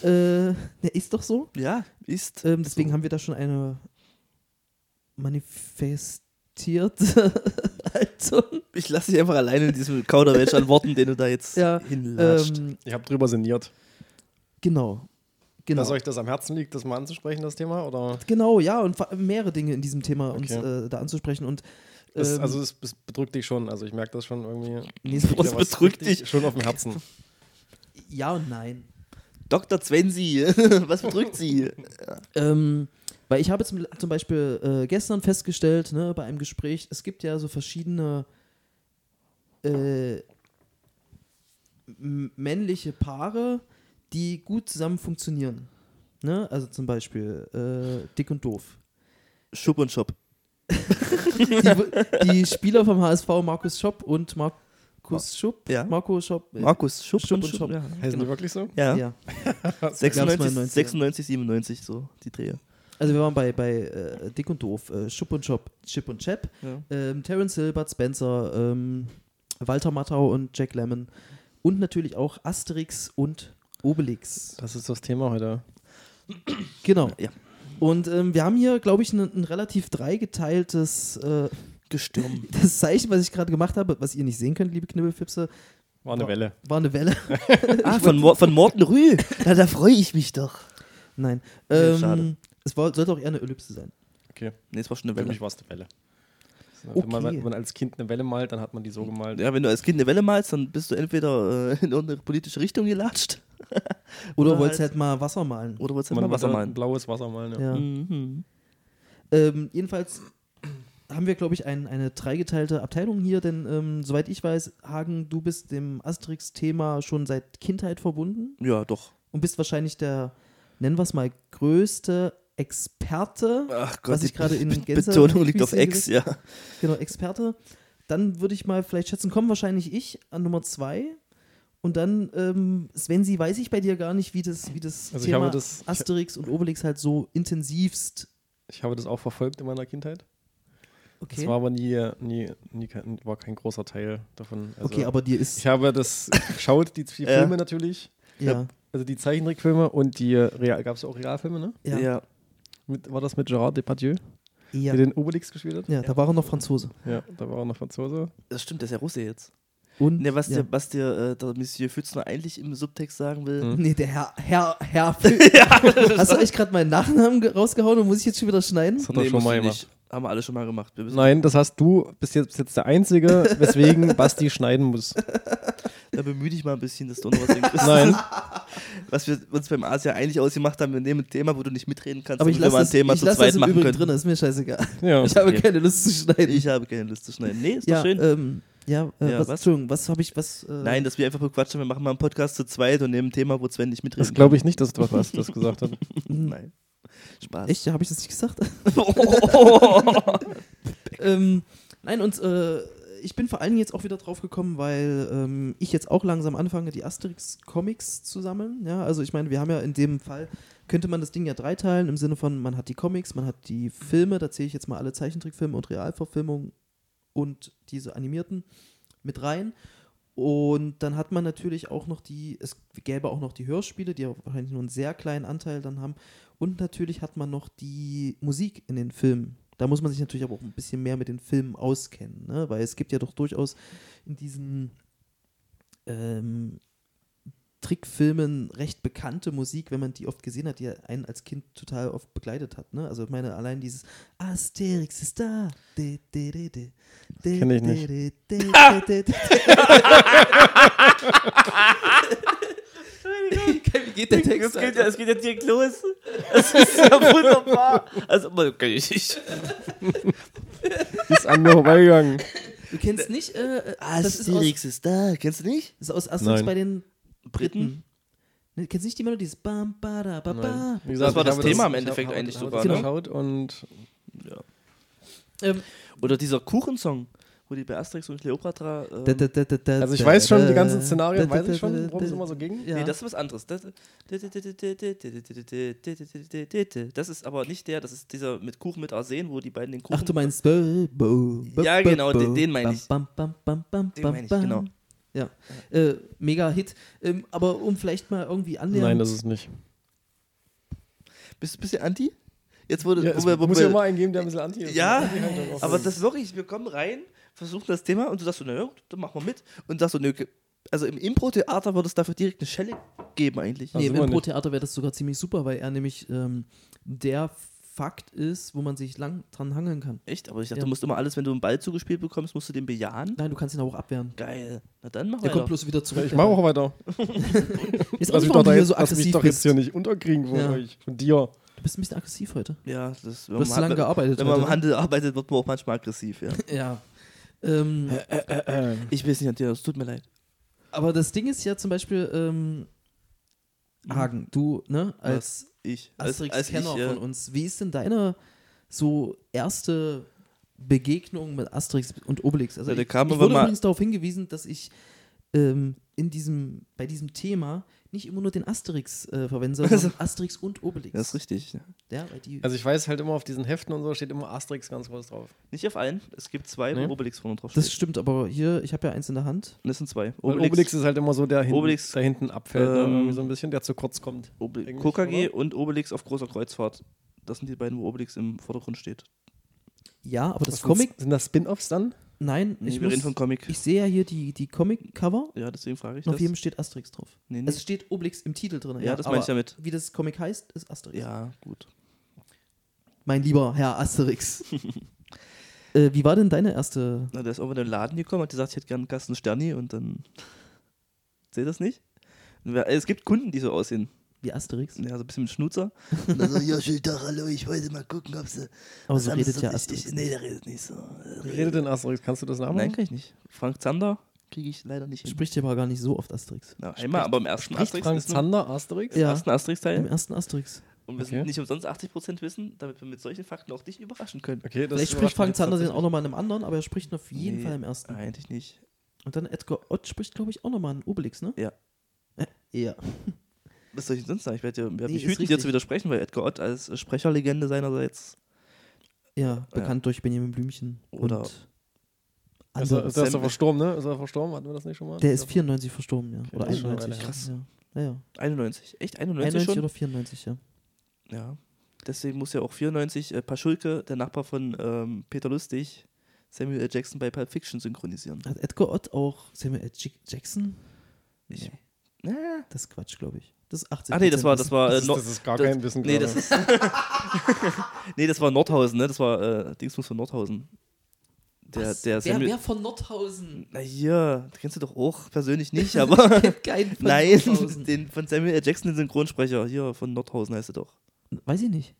Speaker 3: äh, ne, ist doch so.
Speaker 1: Ja, ist.
Speaker 3: Ähm, deswegen haben wir da schon eine manifestierte Haltung.
Speaker 1: Ich lasse dich einfach alleine in diesem Kauderwelsch an Worten, den du da jetzt
Speaker 3: Ja,
Speaker 1: hinlatscht.
Speaker 3: Ähm,
Speaker 2: Ich habe drüber sinniert.
Speaker 3: genau. Genau.
Speaker 2: Dass euch das am Herzen liegt, das mal anzusprechen, das Thema? Oder
Speaker 3: genau, ja, und vor allem mehrere Dinge in diesem Thema uns
Speaker 2: Okay.
Speaker 3: äh, da anzusprechen. Und
Speaker 2: es,
Speaker 3: ähm,
Speaker 2: also es, es bedrückt dich schon. Also ich merke das schon irgendwie.
Speaker 3: nee, es-
Speaker 1: Boah, es
Speaker 2: Ja, was
Speaker 1: bedrückt
Speaker 2: liegt
Speaker 1: dich.
Speaker 2: Schon auf dem Herzen.
Speaker 3: ja und nein.
Speaker 1: Dr. Zwensi, was bedrückt sie?
Speaker 3: Ähm, weil ich habe zum, zum Beispiel äh, gestern festgestellt, ne, bei einem Gespräch, es gibt ja so verschiedene äh, m- männliche Paare, die gut zusammen funktionieren. Ne? Also zum Beispiel äh, dick und doof.
Speaker 1: Schupp und Schupp.
Speaker 3: Die, die Spieler vom HSV, Markus Schopp und Markus Schupp.
Speaker 1: Ja.
Speaker 3: Marco Schopp. äh,
Speaker 1: Markus, Schupp,
Speaker 3: Schupp
Speaker 1: und
Speaker 3: und
Speaker 1: Schupp.
Speaker 3: Schupp.
Speaker 2: Heißen
Speaker 3: Genau.
Speaker 2: die wirklich so?
Speaker 1: Ja. ja.
Speaker 3: ja.
Speaker 1: 96,
Speaker 3: 96,
Speaker 1: 96, 97, so die Drehe.
Speaker 3: Also wir waren bei, bei äh, Dick und Doof, äh, Schupp und Chop, Chip und Chap,
Speaker 1: Ja.
Speaker 3: ähm, Terence Hill, Bud Spencer, ähm, Walter Matthau und Jack Lemmon und natürlich auch Asterix und Obelix.
Speaker 2: Das ist das Thema heute.
Speaker 3: Genau.
Speaker 1: Ja.
Speaker 3: Und ähm, wir haben hier, glaube ich, ein, ein relativ dreigeteiltes äh,
Speaker 1: Gestürm.
Speaker 3: das Zeichen, was ich gerade gemacht habe, was ihr nicht sehen könnt, liebe Knibbelfipse,
Speaker 2: War eine
Speaker 3: Ja.
Speaker 2: Welle.
Speaker 3: war eine Welle.
Speaker 1: Ah, von, Mor- von Morten Rühl. Da, da freue ich mich doch.
Speaker 3: Nein.
Speaker 1: Ja,
Speaker 3: Ähm,
Speaker 1: schade.
Speaker 3: Es war, sollte auch eher eine Ellipse sein.
Speaker 1: Nee, es war schon eine
Speaker 2: Für
Speaker 1: Welle.
Speaker 2: mich war es eine Welle.
Speaker 3: Okay.
Speaker 2: Wenn, man, wenn man als Kind eine Welle malt, dann hat man die so gemalt.
Speaker 1: Ja, wenn du als Kind eine Welle malst, dann bist du entweder äh, in irgendeine politische Richtung gelatscht
Speaker 3: Oder,
Speaker 1: Oder
Speaker 3: wolltest
Speaker 1: halt-
Speaker 3: halt mal Wasser malen.
Speaker 1: oder wolltest halt
Speaker 2: Man
Speaker 1: mal
Speaker 2: wird
Speaker 1: Wasser
Speaker 2: dann
Speaker 1: malen.
Speaker 2: Blaues Wasser malen, ja.
Speaker 3: Ja.
Speaker 1: Mhm.
Speaker 3: Ähm, jedenfalls haben wir, glaube ich, ein, eine dreigeteilte Abteilung hier, denn ähm, soweit ich weiß, Hagen, du bist dem Asterix-Thema schon seit Kindheit verbunden
Speaker 1: Ja, doch.
Speaker 3: und bist wahrscheinlich der, nennen wir es mal, größte Experte.
Speaker 1: Ach
Speaker 3: Was ich
Speaker 1: die
Speaker 3: gerade in
Speaker 1: Be-
Speaker 3: Gänse-
Speaker 1: Betonung liegt auf
Speaker 3: Füßen
Speaker 1: Ex, ja.
Speaker 3: Genau, Experte. Dann würde ich mal vielleicht schätzen, kommen wahrscheinlich ich an Nummer zwei. Und dann, ähm, Svensi, weiß ich bei dir gar nicht, wie das, wie das
Speaker 2: Also ich
Speaker 3: Thema
Speaker 2: habe das- ich-
Speaker 3: Asterix und Obelix halt so intensivst.
Speaker 2: Ich habe das auch verfolgt in meiner Kindheit.
Speaker 3: Okay,
Speaker 2: Das war aber nie, nie, nie kein, war kein großer Teil davon. Also
Speaker 3: okay aber dir ist.
Speaker 2: ich habe das geschaut, die vier
Speaker 1: Ja.
Speaker 2: Filme natürlich.
Speaker 3: ja,
Speaker 2: Also die Zeichentrickfilme und die Real, gab es auch Realfilme, ne?
Speaker 3: ja, ja,
Speaker 1: ja.
Speaker 2: Mit, war das mit Gerard Depardieu,
Speaker 3: ja.
Speaker 2: der den Obelix gespielt hat?
Speaker 3: da war er noch Franzose.
Speaker 2: Ja, da war auch noch Franzose.
Speaker 1: Das stimmt, das ist ja Russe jetzt.
Speaker 3: Und
Speaker 1: Ne, was
Speaker 3: ja.
Speaker 1: dir, was dir äh, der Monsieur Fützner eigentlich im Subtext sagen will.
Speaker 2: Mhm.
Speaker 3: Nee, der Herr, Herr, Herr. Hast du echt gerade meinen Nachnamen ge- rausgehauen und muss ich jetzt schon wieder schneiden?
Speaker 2: Das hat er schon
Speaker 1: musst
Speaker 2: mal
Speaker 1: du
Speaker 2: gemacht.
Speaker 1: nicht. Haben wir alle schon mal gemacht. Wir müssen,
Speaker 2: Nein, das heißt, du bist jetzt, bist jetzt der Einzige, weswegen Basti schneiden muss.
Speaker 1: da bemühe dich mal ein bisschen, dass du auch noch was hinkriegst.
Speaker 2: Nein.
Speaker 1: Was wir uns beim Asia eigentlich ausgemacht haben, wir nehmen ein Thema, wo du nicht mitreden kannst,
Speaker 3: Aber ich
Speaker 1: damit
Speaker 3: lasse
Speaker 1: wir mal ein Thema
Speaker 3: das, ich
Speaker 1: zu
Speaker 3: lass
Speaker 1: zweit
Speaker 3: das im
Speaker 1: machen
Speaker 3: Übrigen
Speaker 1: können.
Speaker 3: drin, ist mir scheißegal.
Speaker 2: Ja.
Speaker 3: Ich habe
Speaker 1: Okay.
Speaker 3: keine Lust zu schneiden.
Speaker 1: Ich habe keine Lust zu schneiden. Nee, ist
Speaker 3: ja,
Speaker 1: doch schön.
Speaker 3: Ähm, ja, äh,
Speaker 1: Ja,
Speaker 3: was,
Speaker 1: was?
Speaker 3: Entschuldigung, was habe ich, was? Äh,
Speaker 1: Nein, dass wir einfach bequatschen, wir machen mal einen Podcast zu zweit und nehmen ein Thema, wo Sven nicht mitreden
Speaker 2: Das glaube ich nicht, dass du was das gesagt hast.
Speaker 3: mh,
Speaker 1: Nein. Spaß.
Speaker 3: Echt, habe ich das nicht gesagt?
Speaker 1: Oh.
Speaker 3: ähm, nein, und äh, ich bin vor allen Dingen jetzt auch wieder drauf gekommen, weil ähm, ich jetzt auch langsam anfange, die Asterix-Comics zu sammeln. Ja, also ich meine, wir haben ja in dem Fall, könnte man das Ding ja dreiteilen, im Sinne von, man hat die Comics, man hat die Filme, da zähle ich jetzt mal alle Zeichentrickfilme und Realverfilmungen und diese animierten mit rein. Und dann hat man natürlich auch noch die, es gäbe auch noch die Hörspiele, die ja wahrscheinlich nur einen sehr kleinen Anteil dann haben. Und natürlich hat man noch die Musik in den Filmen. Da muss man sich natürlich aber auch ein bisschen mehr mit den Filmen auskennen, ne? weil es gibt ja doch durchaus in diesen ähm, Trickfilmen recht bekannte Musik, wenn man die oft gesehen hat, die einen als Kind total oft begleitet hat. Ne? Also ich meine, allein dieses Asterix ist da. De, de, de, de.
Speaker 2: Kenn ich nicht.
Speaker 1: Wie geht der Text? Es geht, ja, es geht ja direkt los. Es ist ja wunderbar. Also, man, kann ich nicht.
Speaker 2: Ist an mir vorbeigegangen.
Speaker 3: Du
Speaker 1: Ne.
Speaker 3: kennst nicht, äh,
Speaker 1: Ah,
Speaker 3: das ist aus,
Speaker 1: Asterix ist da. Kennst du nicht?
Speaker 3: ist aus Asterix
Speaker 2: Nein.
Speaker 3: bei den
Speaker 1: Briten?
Speaker 3: Briten. Ne, kennst du nicht die Melodie? Dieses Bam, ba, da, ba, ba.
Speaker 2: Wie gesagt,
Speaker 1: Das war
Speaker 2: ich
Speaker 1: das
Speaker 2: habe
Speaker 1: Thema im
Speaker 2: ich
Speaker 1: Endeffekt
Speaker 2: habe-
Speaker 1: eigentlich
Speaker 2: habe
Speaker 1: sogar,
Speaker 2: das
Speaker 1: ne?
Speaker 2: geschaut und
Speaker 3: Ähm,
Speaker 1: Oder dieser Kuchensong, wo die bei Asterix und Cleopatra. Ähm,
Speaker 3: da, da, da, da, da,
Speaker 2: also ich weiß schon die ganzen
Speaker 3: da,
Speaker 2: Szenarien,
Speaker 3: da,
Speaker 2: weiß
Speaker 3: da,
Speaker 2: ich
Speaker 3: da,
Speaker 2: schon,
Speaker 3: da,
Speaker 2: worum es
Speaker 3: da.
Speaker 2: immer so ging.
Speaker 3: Ja.
Speaker 1: Nee, das ist was anderes. Das, das ist aber nicht der, das ist dieser mit Kuchen mit Arsen, wo die beiden den Kuchen.
Speaker 3: Ach, du meinst. Bo, bo, bo,
Speaker 1: Ja,
Speaker 3: bo,
Speaker 1: genau,
Speaker 3: bo.
Speaker 1: den- den meine ich.
Speaker 3: Bam, bam, bam, bam, bam,
Speaker 1: Den
Speaker 3: bam,
Speaker 1: meine ich,
Speaker 3: bam.
Speaker 1: genau.
Speaker 3: Ja, äh, mega Hit. Ähm, aber um vielleicht mal irgendwie annähernd.
Speaker 2: Nein, das ist nicht.
Speaker 1: Bist du ein bisschen anti? Jetzt wurde.
Speaker 2: Ja,
Speaker 1: wo
Speaker 2: es
Speaker 1: wir- wo
Speaker 2: muss
Speaker 1: wir-
Speaker 2: ja immer einen geben, der ein bisschen anti ist. ne?
Speaker 1: Ja,
Speaker 2: Ja,
Speaker 1: aber das ist wirklich, wir kommen rein, versuchen das Thema und du sagst so, naja, dann machen wir mit. Und sagst so, nö, ge- also im Impro-Theater würde es dafür direkt eine Schelle geben eigentlich.
Speaker 2: Ja.
Speaker 3: Nee,
Speaker 2: sind
Speaker 3: im
Speaker 2: wir
Speaker 3: Impro-Theater wäre das sogar ziemlich super, weil er nämlich ähm, der Fakt ist, wo man sich lang dran hangeln kann.
Speaker 1: Echt? Aber ich dachte,
Speaker 3: Ja.
Speaker 1: du musst immer alles, wenn du einen Ball zugespielt bekommst, musst du den bejahen.
Speaker 3: Nein, du kannst ihn auch abwehren.
Speaker 1: Geil. Na dann mach
Speaker 3: Der kommt
Speaker 1: weiter.
Speaker 3: bloß wieder zurück.
Speaker 2: Ich mache auch weiter.
Speaker 3: Jetzt
Speaker 2: Lass
Speaker 3: auch
Speaker 2: mich
Speaker 3: nicht,
Speaker 2: doch,
Speaker 3: warum
Speaker 2: da
Speaker 3: du hier
Speaker 2: jetzt,
Speaker 3: so
Speaker 2: lass mich
Speaker 3: aggressiv
Speaker 2: doch jetzt
Speaker 3: bist.
Speaker 2: hier nicht unterkriegen von
Speaker 3: Ja.
Speaker 2: euch. Von dir.
Speaker 3: Du bist ein bisschen aggressiv heute.
Speaker 1: Ja, das, wenn
Speaker 3: Du hast zu
Speaker 1: man-
Speaker 3: lange gearbeitet.
Speaker 1: Wenn man im
Speaker 3: heute.
Speaker 1: Handel arbeitet, wird man auch manchmal aggressiv, ja.
Speaker 3: Ja. Ähm,
Speaker 2: Äh,
Speaker 1: Ich will es nicht an dir, es tut mir leid.
Speaker 3: aber das Ding ist ja zum Beispiel, ähm,
Speaker 1: Mhm.
Speaker 3: Hagen, du, ne, als
Speaker 1: Ich.
Speaker 3: Asterix-Kenner
Speaker 1: ich, äh,
Speaker 3: von uns, wie ist denn deine so erste Begegnung mit Asterix und Obelix? Also
Speaker 1: Ja, da
Speaker 3: ich, ich
Speaker 1: kamen wir
Speaker 3: wurde
Speaker 1: mal-
Speaker 3: übrigens darauf hingewiesen, dass ich ähm, in diesem, bei diesem Thema nicht immer nur den Asterix äh, verwende, sondern
Speaker 1: Also-
Speaker 3: Asterix und Obelix.
Speaker 1: Das ist richtig. ja.
Speaker 3: ja, weil die,
Speaker 2: Also ich weiß halt immer, auf diesen Heften und so steht immer Asterix ganz groß drauf.
Speaker 1: Nicht auf einen, es gibt zwei,
Speaker 2: Nee.
Speaker 1: wo Obelix vorne drauf steht.
Speaker 3: das stimmt, aber hier, ich habe ja eins in der Hand.
Speaker 1: Und das sind zwei.
Speaker 2: Obelix, Obelix ist halt immer so der, hinten,
Speaker 1: Obelix,
Speaker 2: der hinten abfällt, ne,
Speaker 1: ähm,
Speaker 2: irgendwie so ein bisschen, der zu kurz kommt.
Speaker 1: Obel
Speaker 2: Eigentlich,
Speaker 1: KKG und Obelix auf großer Kreuzfahrt. Das sind die beiden, wo Obelix im Vordergrund steht.
Speaker 3: Ja, aber das
Speaker 2: Was sind's-
Speaker 3: Comic,
Speaker 2: Sind das Spin-Offs dann?
Speaker 3: nein,
Speaker 1: Nee,
Speaker 3: ich,
Speaker 1: wir reden
Speaker 3: muss,
Speaker 1: von Comic.
Speaker 3: ich sehe ja hier die, die Comic-Cover
Speaker 1: ja, deswegen frage ich
Speaker 3: und
Speaker 1: das.
Speaker 3: auf jedem steht Asterix drauf. Also
Speaker 1: nee, nee.
Speaker 3: Es steht Obelix im Titel drin.
Speaker 1: Ja, das meine ich
Speaker 3: aber
Speaker 1: damit.
Speaker 3: Wie das Comic heißt, ist Asterix.
Speaker 1: ja, gut.
Speaker 3: Mein lieber Herr Asterix. äh, wie war denn deine erste?
Speaker 1: Na, der ist irgendwann in den Laden gekommen, hat gesagt, ich hätte gern Gasten Sterni und dann. Seht ihr das nicht? Und wer- Es gibt Kunden, die so aussehen.
Speaker 3: Wie Asterix?
Speaker 1: Ja, so ein bisschen mit Schnutzer. Und dann so, ja, schönen Tag, hallo, ich wollte mal gucken, ob sie.
Speaker 3: Aber
Speaker 1: was
Speaker 3: so
Speaker 1: haben sie
Speaker 3: redet ja
Speaker 1: nicht-
Speaker 3: Asterix.
Speaker 1: Also Ich, nee, der redet nicht so.
Speaker 2: Wie redet denn Asterix? Kannst du das nachmachen?
Speaker 1: Nein, kann ich nicht. Frank Zander kriege ich leider nicht hin.
Speaker 3: Spricht ja aber gar nicht so oft Asterix.
Speaker 1: Na, einmal, aber im ersten
Speaker 2: Spricht
Speaker 1: Asterix
Speaker 2: Frank
Speaker 1: ist nur,
Speaker 2: Zander Asterix?
Speaker 1: im
Speaker 3: Ja.
Speaker 1: ersten
Speaker 3: Im
Speaker 1: Asterix-Teil.
Speaker 3: ersten Asterix.
Speaker 1: Und wir
Speaker 2: Okay.
Speaker 1: sind nicht umsonst 80% wissen, damit wir mit solchen Fakten auch dich überraschen können.
Speaker 2: Okay, das überrascht
Speaker 3: Vielleicht spricht Frank
Speaker 2: mich
Speaker 3: Zander den
Speaker 2: tatsächlich.
Speaker 3: auch nochmal in einem anderen, aber er spricht ihn auf jeden
Speaker 1: Nee.
Speaker 3: Fall im ersten.
Speaker 1: Eigentlich nicht.
Speaker 3: Und dann Edgar Ott spricht, glaube ich, auch nochmal einen Obelix, ne?
Speaker 1: Ja.
Speaker 3: Äh, Ja.
Speaker 1: Was soll ich denn sonst sagen? Ich werde ja, werd
Speaker 3: Nee,
Speaker 1: mich
Speaker 3: ist
Speaker 1: hüten, dir
Speaker 3: richtig.
Speaker 1: zu widersprechen, weil Edgar Ott als Sprecherlegende seinerseits
Speaker 3: Ja, bekannt durch Benjamin Blümchen.
Speaker 1: Oder- Also,
Speaker 3: Und
Speaker 2: Ist er,
Speaker 3: andere.
Speaker 2: ist er- ist er
Speaker 1: Sam-
Speaker 2: verstorben, ne? Ist er verstorben? Hatten wir das nicht schon mal?
Speaker 3: Der
Speaker 1: also
Speaker 3: ist 94 verstorben, ja. Oder
Speaker 2: das ist schon
Speaker 3: 91.
Speaker 2: eine
Speaker 1: Krass.
Speaker 3: Ja. Ja, ja.
Speaker 1: 91. Echt? 91,
Speaker 3: 91
Speaker 1: schon?
Speaker 3: oder 94, ja.
Speaker 1: Ja. Deswegen muss ja auch 94 äh, Paschulke, der Nachbar von ähm, Peter Lustig, Samuel L. Jackson bei Pulp Fiction synchronisieren.
Speaker 3: Hat Edgar Ott auch Samuel L. Jack- Jackson?
Speaker 1: Ich-
Speaker 3: Nee,
Speaker 1: Ah.
Speaker 3: das ist Quatsch, glaube ich. Das ist 80.
Speaker 1: Ach nee, das war, das war, äh,
Speaker 2: Das ist,
Speaker 1: Nord-
Speaker 2: das ist gar
Speaker 1: das-
Speaker 2: kein Wissen.
Speaker 1: nee,
Speaker 2: gerade.
Speaker 1: das ist, nee, das war Nordhausen, ne? Das war äh, Dingsbus von Nordhausen. Der,
Speaker 3: Was?
Speaker 1: der
Speaker 3: wer,
Speaker 1: Samuel.
Speaker 3: wer von Nordhausen?
Speaker 1: Na hier, kennst du doch auch persönlich nicht, aber.
Speaker 3: Kennt keinen von
Speaker 1: Nein,
Speaker 3: Nordhausen.
Speaker 1: den, von Samuel L. Jackson, den Synchronsprecher. Hier, von Nordhausen heißt er doch.
Speaker 3: Weiß ich nicht.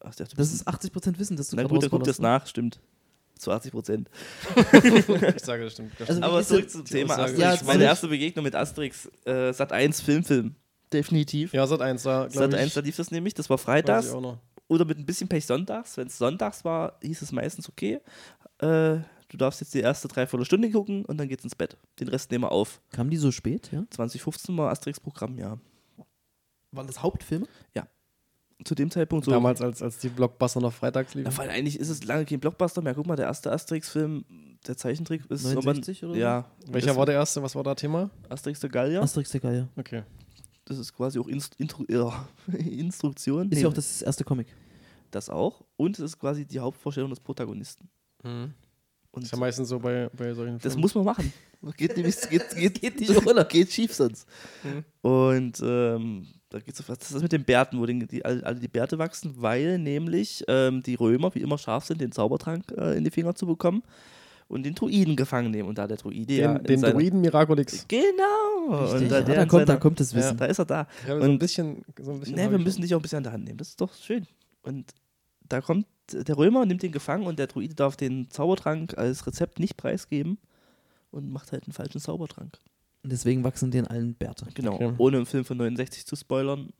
Speaker 1: Ach, der,
Speaker 3: Das ist 80% Wissen, dass du
Speaker 1: Na
Speaker 3: gerade
Speaker 1: gut, dann guckt das
Speaker 3: rausballerst,
Speaker 1: nach, stimmt. Zu 80 Prozent.
Speaker 2: ich sage, das stimmt. Das
Speaker 3: Also-
Speaker 2: stimmt.
Speaker 1: Aber
Speaker 3: ist
Speaker 1: zurück
Speaker 3: denn-
Speaker 1: zum
Speaker 2: die
Speaker 1: Thema
Speaker 2: Aussage
Speaker 1: Asterix.
Speaker 3: ist
Speaker 1: Ja,
Speaker 3: falsch.
Speaker 1: meine erste Begegnung mit Asterix, äh, Sat 1 Filmfilm. Definitiv.
Speaker 2: ja, Sat 1 da, glaube
Speaker 1: Sat
Speaker 2: ich.
Speaker 1: 1, da lief das nämlich, das war
Speaker 2: weiß ich
Speaker 1: freitags
Speaker 2: auch noch.
Speaker 1: oder mit ein bisschen Pech sonntags. Wenn es sonntags war, hieß es meistens, okay, äh, du darfst jetzt die erste Dreiviertelstunde gucken und dann geht's ins Bett. Den Rest nehmen wir auf.
Speaker 3: ne? Kamen die so spät, ja?
Speaker 1: 2015 war Asterix-Programm, ja.
Speaker 3: Waren das Hauptfilme?
Speaker 1: Zu dem Zeitpunkt so.
Speaker 2: Damals, als, als die Blockbuster noch freitags
Speaker 1: Ja,
Speaker 2: liefen.
Speaker 1: vor allem eigentlich ist es lange kein Blockbuster mehr. Guck mal, der erste Asterix-Film, der Zeichentrick ist
Speaker 3: 69 oder so?
Speaker 1: Ja.
Speaker 2: Welcher war der erste? Was war da Thema?
Speaker 1: Asterix der Gallier.
Speaker 3: Asterix der Geier.
Speaker 2: Okay.
Speaker 1: Das ist quasi auch Instru Intru ja, Instruktion.
Speaker 3: Ist
Speaker 1: Nee,
Speaker 3: ja auch das erste Comic.
Speaker 1: das auch. Und es ist quasi die Hauptvorstellung des Protagonisten.
Speaker 3: Hm.
Speaker 1: Und
Speaker 2: Ist ja meistens so bei, bei solchen
Speaker 1: das
Speaker 2: Filmen.
Speaker 1: muss man machen. Geht, nämlich, geht, geht, geht
Speaker 3: nicht ohne.
Speaker 1: Geht schief sonst. Und ähm, da geht's so fast. Das ist mit den Bärten, wo den, die, alle alle die Bärte wachsen, weil nämlich ähm, die Römer, wie immer scharf sind, den Zaubertrank äh, in die Finger zu bekommen. und den Druiden gefangen nehmen. Und da der Druide ja
Speaker 2: den,
Speaker 1: in
Speaker 2: den
Speaker 1: seiner-
Speaker 2: Druiden Miraculix.
Speaker 1: Genau.
Speaker 3: Richtig.
Speaker 1: Und da,
Speaker 3: Ah,
Speaker 1: der
Speaker 3: da
Speaker 1: in seiner-
Speaker 3: kommt- da kommt das
Speaker 1: Ja,
Speaker 3: Wissen.
Speaker 1: da ist er da.
Speaker 2: Ich habe so ein
Speaker 1: Und-
Speaker 2: bisschen. So ein bisschen
Speaker 1: Nee,
Speaker 2: hab
Speaker 1: wir
Speaker 2: ich-
Speaker 1: müssen dich auch ein bisschen an der Hand nehmen. Das ist doch schön. Und da kommt äh, der Römer und nimmt den gefangen und der Druide darf den Zaubertrank als Rezept nicht preisgeben und macht halt einen falschen Zaubertrank.
Speaker 3: Und deswegen wachsen denen allen Bärte.
Speaker 1: Genau.
Speaker 2: Okay.
Speaker 1: Ohne im Film von 69 zu spoilern.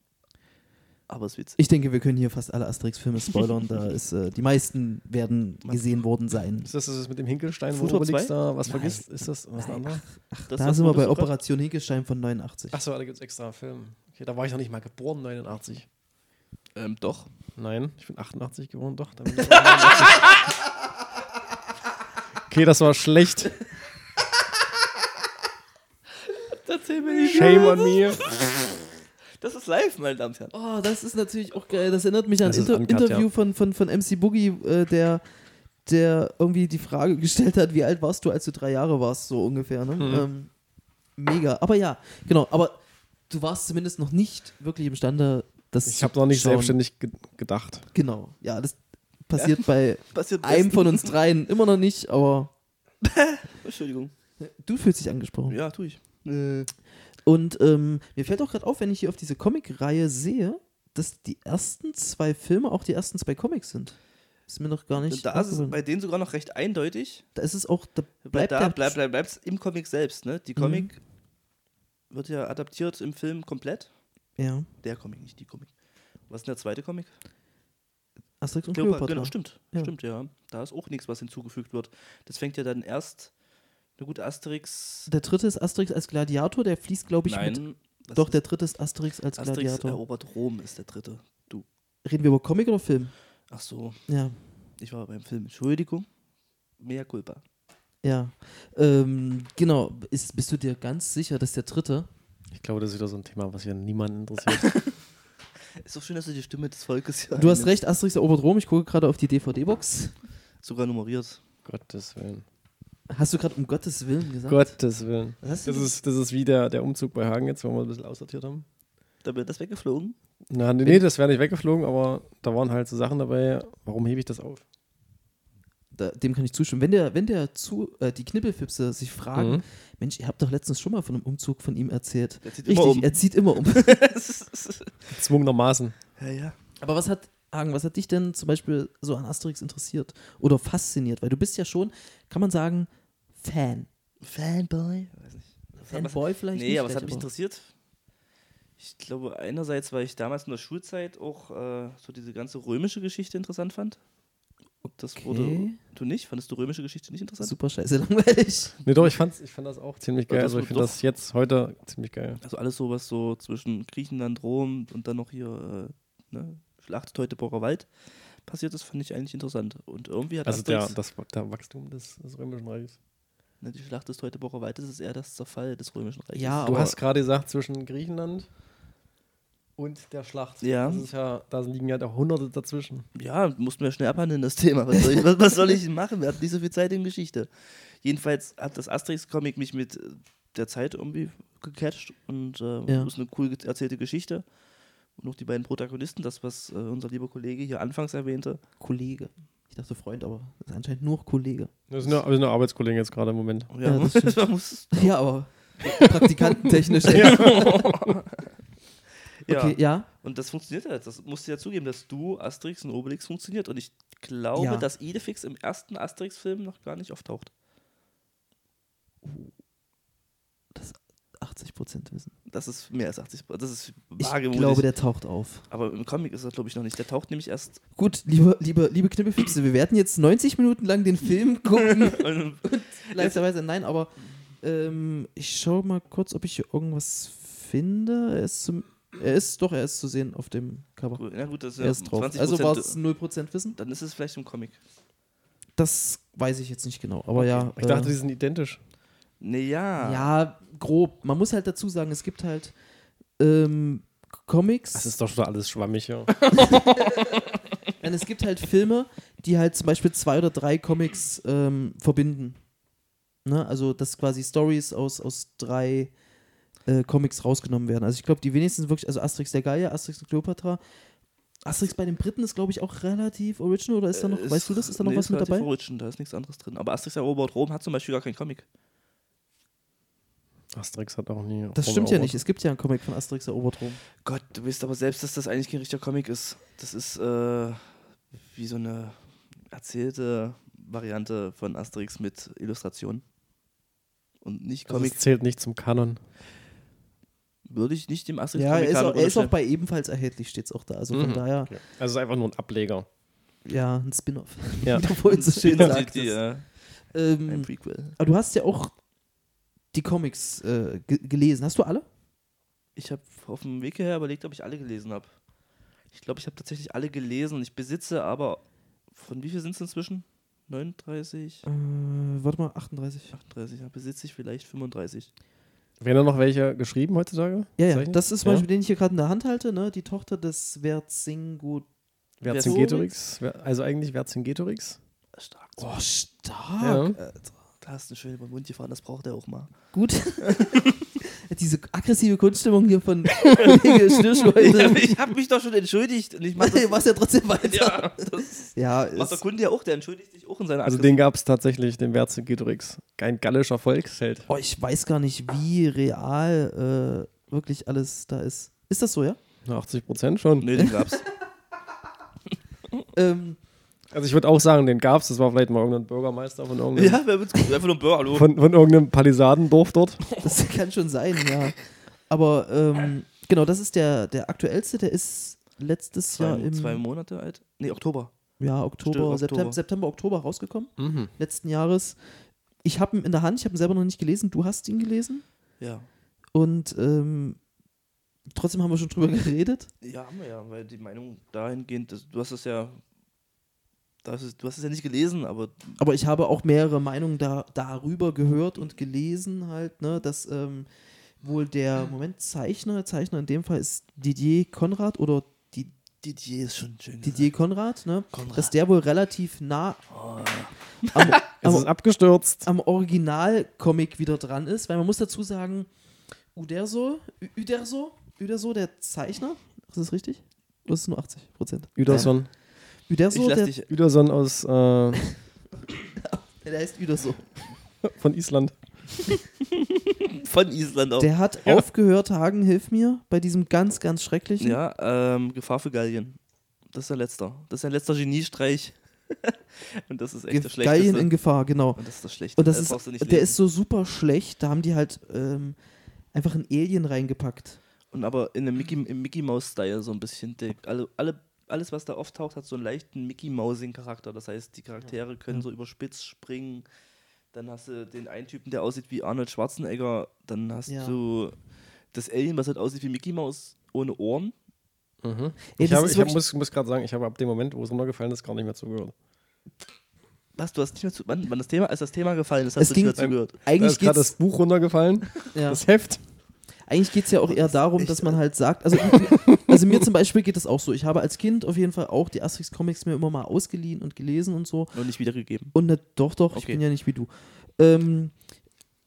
Speaker 1: Aber es wird
Speaker 3: Ich denke, wir können hier fast alle Asterix-Filme spoilern. da ist, äh, die meisten werden gesehen worden sein.
Speaker 2: Ist das das mit dem Hinkelstein, wo
Speaker 1: Futur
Speaker 2: Obelix
Speaker 1: zwei?
Speaker 2: da was
Speaker 3: Nein.
Speaker 2: vergisst? Ist das was
Speaker 3: Nein.
Speaker 2: anderes?
Speaker 1: das
Speaker 3: da
Speaker 1: ist
Speaker 3: sind wir bei
Speaker 1: Photoshop.
Speaker 3: Operation Hinkelstein von 89.
Speaker 2: Achso, da gibt es extra einen Film. Okay, da war ich noch nicht mal geboren, 89.
Speaker 1: Ähm, doch.
Speaker 2: Nein, ich bin 88 geboren, doch. da bin ich 89. okay, das war schlecht.
Speaker 1: Erzähl mir nicht.
Speaker 2: Shame on me.
Speaker 1: Das ist live, meine Damen und Herren.
Speaker 3: Oh, das ist natürlich auch geil. Das erinnert mich an ein
Speaker 2: Das ist
Speaker 3: Inter
Speaker 2: uncut,
Speaker 3: Interview
Speaker 2: ja.
Speaker 3: von, von, von MC Boogie, äh, der, der irgendwie die Frage gestellt hat, wie alt warst du, als du drei Jahre warst, so ungefähr. Ne?
Speaker 2: Mhm.
Speaker 3: Ähm, mega. Aber ja, genau. Aber du warst zumindest noch nicht wirklich imstande, das
Speaker 2: Ich
Speaker 3: zu
Speaker 2: habe noch nicht
Speaker 3: schauen.
Speaker 2: selbstständig ge gedacht.
Speaker 3: Genau. Ja, das passiert bei
Speaker 1: Passiert
Speaker 3: einem
Speaker 1: besten.
Speaker 3: von uns dreien immer noch nicht, aber
Speaker 1: Entschuldigung.
Speaker 3: du fühlst dich angesprochen.
Speaker 1: Ja, tue ich.
Speaker 3: Äh. Und ähm, mir fällt auch gerade auf, wenn ich hier auf diese Comic-Reihe sehe, dass die ersten zwei Filme auch die ersten zwei Comics sind. Ist mir noch gar nicht.
Speaker 1: Da ist es
Speaker 3: aufgefallen.
Speaker 1: bei denen sogar noch recht eindeutig.
Speaker 3: da ist es auch, da Mhm.
Speaker 1: Bleibt
Speaker 3: bleibt
Speaker 1: da,
Speaker 3: der-
Speaker 1: bleibt bleib, bleibt's im Comic selbst, ne? Die Comic wird ja adaptiert im Film komplett.
Speaker 3: Ja.
Speaker 1: Der Comic, nicht die Comic. Was ist denn der zweite Comic?
Speaker 3: Asterix und
Speaker 1: Kleopatra,
Speaker 3: Cleopatra.
Speaker 1: Genau, stimmt.
Speaker 3: Ja.
Speaker 1: Stimmt, ja. Da ist auch nichts, was hinzugefügt wird. Das fängt ja dann erst. Na gut, Asterix.
Speaker 3: Der dritte ist Asterix als Gladiator, der fließt, glaube ich, mit.
Speaker 1: Nein. was
Speaker 3: Doch,
Speaker 1: ist-
Speaker 3: der dritte ist Asterix als
Speaker 1: Asterix oh.
Speaker 3: Gladiator.
Speaker 1: erobert Rom ist der dritte. Du.
Speaker 3: Reden wir über Comic oder Film?
Speaker 1: Ach so,
Speaker 3: Ja.
Speaker 1: ich war beim Film. Entschuldigung. Mea culpa.
Speaker 3: Ja. Ähm, genau. Ist, bist du dir ganz sicher, dass der dritte.
Speaker 2: Ich glaube, das ist wieder so ein Thema, was hier niemanden interessiert.
Speaker 1: Ist doch schön, dass du die Stimme des Volkes hier
Speaker 3: Du hast
Speaker 1: einnimmst.
Speaker 3: recht, Asterix erobert Rom. Ich gucke gerade auf die DVD-Box.
Speaker 1: Sogar nummeriert.
Speaker 2: Gottes Willen.
Speaker 3: Hast du gerade um Gottes Willen gesagt?
Speaker 2: Gottes Willen.
Speaker 3: Was hast du
Speaker 2: Das ist, das ist wie der, der Umzug bei Hagen jetzt, wo wir ein bisschen aussortiert haben.
Speaker 1: Da wird das weggeflogen.
Speaker 2: Na, nee, nee, das wäre nicht weggeflogen, aber da waren halt so Sachen dabei. Warum hebe ich das auf?
Speaker 3: da, dem kann ich zustimmen. Wenn der, wenn der zu, äh, die Knippelfipse sich fragen,
Speaker 2: Mhm.
Speaker 3: Mensch, ihr habt doch letztens schon mal von einem Umzug von ihm erzählt.
Speaker 1: Der zieht
Speaker 3: Richtig,
Speaker 1: immer um.
Speaker 3: er zieht immer um.
Speaker 2: Zwungenermaßen.
Speaker 1: ja, ja.
Speaker 3: Aber was hat, Hagen, was hat dich denn zum Beispiel so an Asterix interessiert oder fasziniert? Weil du bist ja schon, kann man sagen, Fan.
Speaker 1: Fanboy? Weiß nicht.
Speaker 3: Fanboy vielleicht
Speaker 1: nee,
Speaker 3: nicht.
Speaker 1: aber es hat mich
Speaker 3: vielleicht,
Speaker 1: interessiert. Ich glaube, einerseits, weil ich damals in der Schulzeit auch äh, so diese ganze römische Geschichte interessant fand. Das wurde.
Speaker 3: Okay.
Speaker 1: Du nicht? Fandest du römische Geschichte nicht interessant?
Speaker 3: Super scheiße langweilig.
Speaker 2: Nee, doch, ich, fand's, ich fand das auch ziemlich
Speaker 1: Ja,
Speaker 2: geil.
Speaker 1: das
Speaker 2: Also ich
Speaker 1: wird
Speaker 2: finde
Speaker 1: doch-
Speaker 2: das jetzt heute ziemlich geil.
Speaker 1: Also alles sowas so zwischen Griechenland, Rom und dann noch hier äh, ne? Schlacht Teutoburger Wald passiert ist, fand ich eigentlich interessant. Und irgendwie hat
Speaker 2: Also der,
Speaker 1: Asterix-
Speaker 2: das, der Wachstum des, des Römischen Reiches.
Speaker 1: ne, die Schlacht des Teutoburger Waldes ist eher das Zerfall des Römischen Reiches.
Speaker 3: Ja,
Speaker 2: Du
Speaker 3: aber-
Speaker 2: hast gerade gesagt, zwischen Griechenland und der Schlacht.
Speaker 1: Ja.
Speaker 2: Das ist ja, da liegen ja Jahrhunderte dazwischen.
Speaker 1: Ja, mussten wir schnell abhandeln, das Thema. Was soll ich, was, was soll ich denn machen? Wir hatten nicht so viel Zeit in Geschichte. Jedenfalls hat das Asterix-Comic mich mit äh, der Zeit irgendwie gecatcht und äh,
Speaker 3: Ja.
Speaker 1: ist eine cool ge- erzählte Geschichte. Und auch die beiden Protagonisten, das, was äh, unser lieber Kollege hier anfangs erwähnte.
Speaker 3: Kollege. Ich dachte Freund, aber das ist anscheinend nur Kollege.
Speaker 2: Das sind ja, wir sind ja Arbeitskollegen jetzt gerade im Moment.
Speaker 1: Ja,
Speaker 3: das stimmt.
Speaker 1: man muss,
Speaker 3: Ja, aber praktikantentechnisch. ja.
Speaker 1: ja.
Speaker 3: Okay, ja.
Speaker 1: Und das funktioniert halt. Das musst du ja zugeben, dass du, Asterix und Obelix funktioniert. Und ich glaube,
Speaker 3: Ja.
Speaker 1: dass Idefix im ersten Asterix-Film noch gar nicht auftaucht.
Speaker 3: Das 80 Prozent wissen.
Speaker 1: Das ist mehr als 80. Das ist
Speaker 3: Ich
Speaker 1: wagemutig.
Speaker 3: glaube, der taucht auf.
Speaker 1: Aber im Comic ist er, glaube ich, noch nicht. Der taucht nämlich erst
Speaker 3: Gut, liebe, liebe, liebe Knippelfüchse, wir werden jetzt 90 Minuten lang den Film gucken.
Speaker 1: Und
Speaker 3: Leiderweise nein, aber ähm, ich schaue mal kurz, ob ich hier irgendwas finde. Er ist, zum, er ist doch, er ist zu sehen auf dem Cover.
Speaker 1: gut, na gut, das ist
Speaker 3: Er
Speaker 1: ja
Speaker 3: ist drauf.
Speaker 1: 20
Speaker 3: Also war es 0% Wissen?
Speaker 1: Dann ist es vielleicht im Comic.
Speaker 3: Das weiß ich jetzt nicht genau, aber ja.
Speaker 2: Ich dachte,
Speaker 3: äh,
Speaker 2: die sind identisch.
Speaker 1: Naja.
Speaker 3: ja, grob. Man muss halt dazu sagen, es gibt halt ähm, Comics.
Speaker 2: Das ist doch schon alles schwammig, ja.
Speaker 3: Nein, es gibt halt Filme, die halt zum Beispiel zwei oder drei Comics ähm, verbinden. Ne? Also, dass quasi Stories aus, aus drei äh, Comics rausgenommen werden. Also, ich glaube, die wenigsten wirklich, also Asterix der Geier, Asterix und Cleopatra Asterix bei den Briten ist, glaube ich, auch relativ original oder ist da noch,
Speaker 1: Äh,
Speaker 3: weißt du das, ist da noch
Speaker 1: nee,
Speaker 3: was mit
Speaker 1: relativ
Speaker 3: dabei?
Speaker 1: Origin, da ist nichts anderes drin. Aber Asterix erobert Rom hat zum Beispiel gar keinen Comic.
Speaker 2: Asterix hat auch nie.
Speaker 3: Das stimmt ja nicht, es gibt ja einen Comic von Asterix erobert Rom.
Speaker 1: Gott, du weißt aber selbst, dass das eigentlich kein richtiger Comic ist. Das ist äh, wie so eine erzählte Variante von Asterix mit Illustrationen. Und nicht
Speaker 2: Also
Speaker 1: Comic
Speaker 2: es zählt nicht zum Kanon.
Speaker 1: würde ich nicht dem Asterix
Speaker 3: Ja, er ist,
Speaker 1: Comic-Kanon
Speaker 3: auch, er ist auch
Speaker 1: unterstellen.
Speaker 3: bei ebenfalls erhältlich, steht es auch da. Also von
Speaker 2: Mhm.
Speaker 3: daher,
Speaker 2: Okay. Also es ist einfach nur ein Ableger.
Speaker 3: ja, ein Spin-off.
Speaker 2: Ja.
Speaker 3: Wie du vorhin so schön
Speaker 1: Die- die-
Speaker 3: sagtest.
Speaker 1: die, äh, Ein
Speaker 3: Ähm,
Speaker 1: Prequel.
Speaker 3: aber du hast ja auch die Comics äh, ge gelesen. Hast du alle?
Speaker 1: Ich habe auf dem Weg hierher überlegt, ob ich alle gelesen habe. Ich glaube, ich habe tatsächlich alle gelesen. Ich besitze aber, von wie viel sind es inzwischen? 39?
Speaker 3: Äh, warte mal, 38.
Speaker 1: 38, ja, besitze ich vielleicht 35.
Speaker 2: Werden da noch welche geschrieben heutzutage?
Speaker 3: Ja, ja,
Speaker 2: Zeichnet?
Speaker 3: das ist zum
Speaker 2: Ja.
Speaker 3: Beispiel, den ich hier gerade in der Hand halte, ne? die Tochter des Verzingut.
Speaker 2: Vercingetorix. Ver- Also eigentlich Vercingetorix.
Speaker 1: Stark.
Speaker 3: Oh, stark. Äh, Alter.
Speaker 1: Da hast du schön über den Mund gefahren, das braucht er auch mal.
Speaker 3: Gut. Diese aggressive Kunststimmung hier von Kollege Schnürschweide.
Speaker 1: ich habe mich doch schon entschuldigt und ich mache
Speaker 3: Du
Speaker 1: das.
Speaker 3: machst ja trotzdem weiter.
Speaker 1: ja, das
Speaker 3: Ja,
Speaker 1: macht der
Speaker 3: ist,
Speaker 1: Kunde ja auch, der entschuldigt sich auch in seiner
Speaker 2: Also
Speaker 1: Aggressiv-
Speaker 2: den gab es tatsächlich, den Vercingetorix. Ein gallischer Volksheld.
Speaker 3: oh, ich weiß gar nicht, wie real äh, wirklich alles da ist. Ist das so, ja?
Speaker 2: Na, 80 Prozent schon.
Speaker 1: Nee, den gab's.
Speaker 3: Ähm,
Speaker 2: Also ich würde auch sagen, den gab es. Das war vielleicht mal irgendein Bürgermeister von irgendeinem,
Speaker 1: ja, wer wird's gut? Einfach nur ein Burger, hallo.
Speaker 2: von, von irgendeinem Palisadendorf dort.
Speaker 3: das kann schon sein, ja. Aber ähm, genau, das ist der, der aktuellste, der ist letztes
Speaker 1: zwei,
Speaker 3: Jahr im
Speaker 1: zwei Monate alt. Nee, Oktober.
Speaker 3: ja, Oktober,
Speaker 1: Stimmt,
Speaker 3: September,
Speaker 1: Oktober.
Speaker 3: September, Oktober rausgekommen,
Speaker 2: Mhm.
Speaker 3: letzten Jahres. Ich habe ihn in der Hand, ich habe ihn selber noch nicht gelesen, du hast ihn gelesen
Speaker 1: Ja.
Speaker 3: und ähm, trotzdem haben wir schon drüber geredet.
Speaker 1: Ja, haben wir ja, weil die Meinung dahingehend, dass, du hast es ja. Das ist, du hast es ja nicht gelesen, aber
Speaker 3: Aber ich habe auch mehrere Meinungen da, darüber gehört und gelesen, halt, ne, dass ähm, wohl der Moment Zeichner, Zeichner in dem Fall ist Didier Konrad oder Di-
Speaker 1: Didier ist schon schön.
Speaker 3: Didier Konrad, ne,
Speaker 1: Konrad.
Speaker 3: dass der wohl relativ nah
Speaker 1: Oh,
Speaker 3: am,
Speaker 2: Es ist
Speaker 3: am,
Speaker 2: abgestürzt.
Speaker 3: am Originalcomic wieder dran ist, weil man muss dazu sagen, Uderso, Ü- Uderso, Uderso, der Zeichner, ist das richtig? Oder ist es nur 80 Prozent?
Speaker 2: Uderson.
Speaker 1: ich
Speaker 3: Uderso,
Speaker 1: lass
Speaker 3: der,
Speaker 1: dich.
Speaker 2: Uderson aus, äh,
Speaker 3: der heißt Uderso.
Speaker 2: von Island.
Speaker 1: Von Island auch.
Speaker 3: Der hat
Speaker 2: Ja.
Speaker 3: aufgehört, Hagen, hilf mir, bei diesem ganz, ganz schrecklichen.
Speaker 1: Ja, ähm, Gefahr für Gallien. Das ist der letzte. Das ist ein letzter Geniestreich. Und das ist echt das
Speaker 3: Ge-
Speaker 1: Schlechteste.
Speaker 3: Gallien in Gefahr, genau.
Speaker 1: Und das ist das Schlechteste.
Speaker 3: Und das
Speaker 1: Das
Speaker 3: ist,
Speaker 1: brauchst du nicht
Speaker 3: der
Speaker 1: lesen.
Speaker 3: ist so super schlecht, da haben die halt ähm, einfach einen Alien reingepackt.
Speaker 1: Und aber in einem Mickey, im Mickey Mouse-Style so ein bisschen. Der, alle, alle, alles, was da auftaucht, hat so einen leichten Mickey Mousing-Charakter. Das heißt, die Charaktere können so überspitzt springen. Dann hast du den einen Typen, der aussieht wie Arnold Schwarzenegger. Dann hast
Speaker 3: Ja.
Speaker 1: du das Alien, was halt aussieht wie Mickey Mouse ohne Ohren.
Speaker 3: Ey,
Speaker 2: Mhm. ich
Speaker 3: das
Speaker 2: habe,
Speaker 3: ist
Speaker 2: ich hab,
Speaker 3: wirklich-
Speaker 2: muss, muss gerade sagen, ich habe ab dem Moment, wo es runtergefallen ist, gar nicht mehr zugehört.
Speaker 1: Was, du hast nicht mehr zu. Wann, wann das Thema, als das Thema gefallen ist,
Speaker 3: Es
Speaker 1: hast du nicht
Speaker 3: ging-
Speaker 1: mehr zugehört.
Speaker 2: Da
Speaker 3: Eigentlich
Speaker 2: ist gerade
Speaker 3: geht
Speaker 2: das
Speaker 3: es
Speaker 2: Buch runtergefallen,
Speaker 3: ja,
Speaker 2: das Heft.
Speaker 3: eigentlich geht's ja auch eher darum,
Speaker 1: echt,
Speaker 3: dass man halt sagt, also, also mir zum Beispiel geht das auch so. Ich habe als Kind auf jeden Fall auch die Asterix-Comics mir immer mal ausgeliehen und gelesen und so.
Speaker 1: Noch nicht wiedergegeben.
Speaker 3: Und ne, doch, doch, ich
Speaker 1: Okay.
Speaker 3: bin ja nicht wie du. Ähm,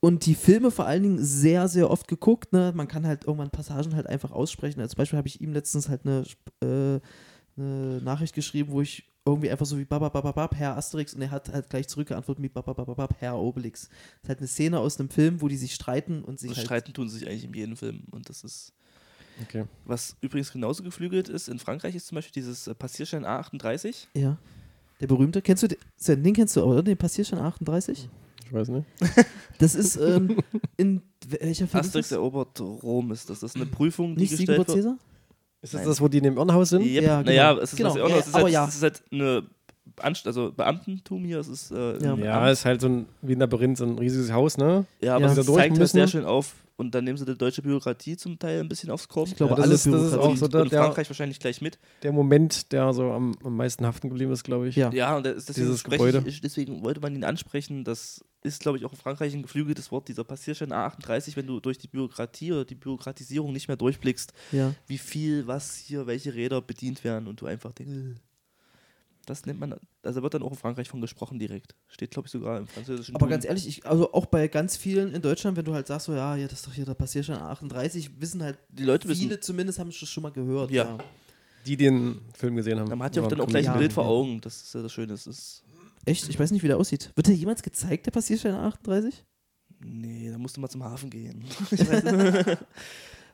Speaker 3: und die Filme vor allen Dingen sehr, sehr oft geguckt. Ne? Man kann halt irgendwann Passagen halt einfach aussprechen. Also zum Beispiel habe ich ihm letztens halt eine, Sp- äh, eine Nachricht geschrieben, wo ich irgendwie einfach so wie bababababab, Herr Asterix und er hat halt gleich zurückgeantwortet mit bababababab, Herr Obelix. Das ist halt eine Szene aus einem Film, wo die sich streiten und sich
Speaker 1: Und
Speaker 3: halt
Speaker 1: Streiten tun sie sich eigentlich in jedem Film. Und das ist.
Speaker 2: Okay.
Speaker 1: Was übrigens genauso geflügelt ist, in Frankreich ist zum Beispiel dieses äh, Passierschein A38.
Speaker 3: Ja. Der berühmte, kennst du den? Sven, den kennst du, oder? Den Passierschein 38?
Speaker 2: Ich weiß nicht.
Speaker 3: Das ist ähm, in welcher Film?
Speaker 1: Asterix
Speaker 3: ist das?
Speaker 1: erobert Rom ist das. Das ist eine Prüfung, die
Speaker 3: Nicht
Speaker 1: gestellt
Speaker 3: Sigurd
Speaker 1: wird.
Speaker 3: Caesar?
Speaker 2: Ist das
Speaker 1: Nein.
Speaker 2: das, wo die in dem Irrenhaus sind?
Speaker 1: Yep.
Speaker 3: Ja,
Speaker 1: Ja,
Speaker 3: genau.
Speaker 1: Naja, es ist
Speaker 3: Genau,
Speaker 1: was
Speaker 3: ja,
Speaker 1: anderes. Es ist,
Speaker 3: aber
Speaker 1: halt,
Speaker 3: ja.
Speaker 1: es ist halt eine Anst also Beamtentum hier. Es ist, äh,
Speaker 3: Ja.
Speaker 1: ein-
Speaker 2: Ja, ist halt so ein, wie ein Labyrinth, so ein riesiges Haus, ne?
Speaker 1: ja, aber
Speaker 3: Ja.
Speaker 1: es
Speaker 2: Wieder durch
Speaker 1: zeigt das
Speaker 2: müssen.
Speaker 1: sehr schön auf. Und dann nehmen sie die deutsche Bürokratie zum Teil ein bisschen aufs Korb.
Speaker 3: Ich glaube,
Speaker 2: Ja, das
Speaker 3: alle
Speaker 2: ist- das ist
Speaker 3: Bürokratie.
Speaker 2: auch so
Speaker 1: und,
Speaker 2: der-
Speaker 1: und
Speaker 2: der-
Speaker 1: Frankreich wahrscheinlich gleich mit.
Speaker 2: Der Moment, der so am, am meisten haften geblieben ist, glaube ich.
Speaker 3: Ja.
Speaker 1: Ja, und das- deswegen,
Speaker 2: Dieses
Speaker 1: spreche ich,
Speaker 2: Gebäude.
Speaker 1: ich, deswegen wollte man ihn ansprechen. Das ist, glaube ich, auch in Frankreich ein geflügeltes Wort, dieser Passierschein A38, wenn du durch die Bürokratie oder die Bürokratisierung nicht mehr durchblickst,
Speaker 3: Ja.
Speaker 1: wie viel, was hier, welche Räder bedient werden und du einfach denkst, äh. das nennt man, also wird dann auch in Frankreich von gesprochen direkt. Steht, glaube ich, sogar im französischen.
Speaker 3: Aber
Speaker 1: Duden.
Speaker 3: ganz ehrlich, ich, also auch bei ganz vielen in Deutschland, wenn du halt sagst, so ja, ja das ist doch hier der Passierschein 38, wissen halt
Speaker 1: die Leute wissen,
Speaker 3: viele zumindest haben es schon mal gehört.
Speaker 1: Ja.
Speaker 2: die den Film gesehen haben.
Speaker 1: Man hat ja auch
Speaker 2: waren
Speaker 1: dann auch
Speaker 2: cool.
Speaker 1: gleich ein
Speaker 3: Ja.
Speaker 1: Bild vor Augen. Das ist ja das Schöne. Das ist,
Speaker 3: Echt? Ich weiß nicht, wie der aussieht. Wird der jemals gezeigt, der Passierschein 38?
Speaker 1: nee, da musst du mal zum Hafen gehen.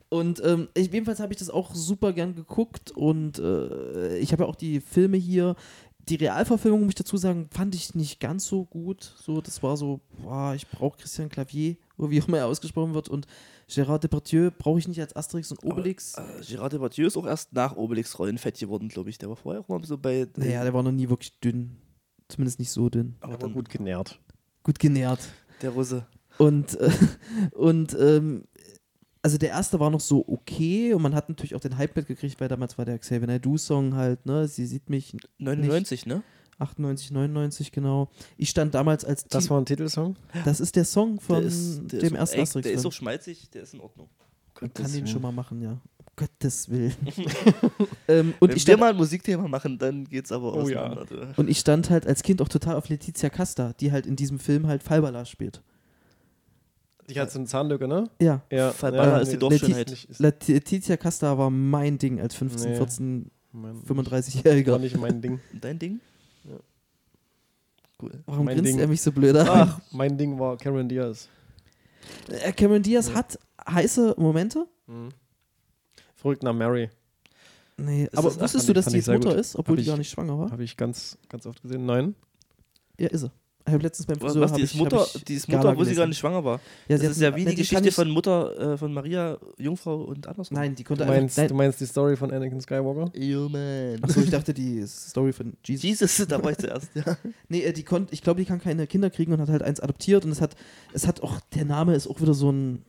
Speaker 3: Und ähm, ich, jedenfalls habe ich das auch super gern geguckt und äh, ich habe ja auch die Filme hier. Die Realverfilmung, muss ich dazu sagen, fand ich nicht ganz so gut. So, das war so, boah, ich brauche Christian Clavier, oder wie auch immer er ausgesprochen wird. Und Gérard Depardieu brauche ich nicht als Asterix und Obelix.
Speaker 1: Äh, Gérard Depardieu ist auch erst nach Obelix Rollenfett geworden, glaube ich. Der war vorher auch mal so bei.
Speaker 3: naja, der war noch nie wirklich dünn. Zumindest nicht so dünn.
Speaker 1: aber
Speaker 2: Aber
Speaker 1: dann
Speaker 2: gut genährt.
Speaker 3: Gut genährt.
Speaker 1: der Russe.
Speaker 3: Und, äh, und ähm, also der erste war noch so okay und man hat natürlich auch den Hype mitgekriegt, weil damals war der Xavier Naidoo-Song halt, ne? Sie sieht mich
Speaker 1: 99, ne?
Speaker 3: 98, 99 genau. Ich stand damals als
Speaker 2: Das
Speaker 3: Team.
Speaker 2: war ein Titelsong?
Speaker 3: Das ist der Song von
Speaker 1: der ist, der
Speaker 3: dem
Speaker 1: ist
Speaker 3: ersten
Speaker 1: echt,
Speaker 3: Asterix.
Speaker 1: Der ist
Speaker 3: film
Speaker 1: auch schmalzig, der ist in Ordnung.
Speaker 3: Man kann den
Speaker 2: Willen.
Speaker 3: schon mal machen, ja. Um Gottes Willen. ähm, und,
Speaker 1: Wenn
Speaker 3: ich
Speaker 1: wir
Speaker 3: stand,
Speaker 1: mal ein Musikthema machen, dann geht's aber
Speaker 2: Oh ja.
Speaker 1: auseinander. du.
Speaker 3: und ich stand halt als Kind auch total auf Letizia Casta, die halt in diesem Film halt Falbala spielt.
Speaker 2: Die hat so eine Zahnlücke, ne?
Speaker 3: Ja.
Speaker 2: Ja.
Speaker 1: Fallballer
Speaker 2: ja,
Speaker 1: ist die
Speaker 2: nee,
Speaker 1: Dorfschönheit.
Speaker 2: nicht- ist
Speaker 3: Letizia Casta war mein Ding als 15,
Speaker 2: Nee.
Speaker 3: 14,
Speaker 2: mein- Gar
Speaker 3: 35-Jähriger.
Speaker 2: nicht mein Ding.
Speaker 1: Dein Ding? Cool.
Speaker 3: Warum
Speaker 2: mein
Speaker 3: grinst
Speaker 2: Ding.
Speaker 3: er mich so blöd an?
Speaker 2: Ach, mein Ding war Cameron Diaz.
Speaker 3: Äh, Cameron Diaz hat heiße Momente.
Speaker 2: Verrückt nach Mary.
Speaker 3: Nee,
Speaker 1: Ist
Speaker 3: aber
Speaker 1: das- ach,
Speaker 3: wusstest
Speaker 2: fand
Speaker 3: du,
Speaker 2: ich-
Speaker 3: dass
Speaker 2: fand
Speaker 3: die
Speaker 2: ich
Speaker 3: jetzt
Speaker 2: sehr
Speaker 3: Mutter
Speaker 2: gut.
Speaker 3: ist, obwohl
Speaker 2: Hab
Speaker 3: die
Speaker 2: ich-
Speaker 3: gar nicht schwanger war?
Speaker 2: Habe ich ganz, ganz oft gesehen. Nein.
Speaker 3: Ja, ist sie. Ich habe letztens beim
Speaker 1: Was,
Speaker 3: Friseur
Speaker 1: was
Speaker 3: hab
Speaker 1: die ist
Speaker 3: ich-
Speaker 1: Mutter,
Speaker 3: hab ich
Speaker 1: die ist
Speaker 3: Gala
Speaker 1: Mutter, wo sie
Speaker 3: gelesen.
Speaker 1: gar nicht schwanger war.
Speaker 3: Ja,
Speaker 1: das
Speaker 3: sie hat
Speaker 1: ist ja
Speaker 3: ein-
Speaker 1: wie
Speaker 3: nein,
Speaker 1: die
Speaker 3: die
Speaker 1: Geschichte
Speaker 3: kann nicht-
Speaker 1: von Mutter, äh, von Maria Jungfrau und andersrum.
Speaker 3: Nein, die
Speaker 2: Du
Speaker 3: konnte
Speaker 2: meinst,
Speaker 3: einfach.
Speaker 2: du meinst die Story von Anakin Skywalker?
Speaker 1: Human.
Speaker 3: Achso, ich dachte, die Story von Jesus.
Speaker 1: Jesus, da war ich zuerst. Ja.
Speaker 3: Nee, äh, die konnte, ich glaube, die kann keine Kinder kriegen und hat halt eins adoptiert und es hat, es hat auch, der Name ist auch wieder so ein,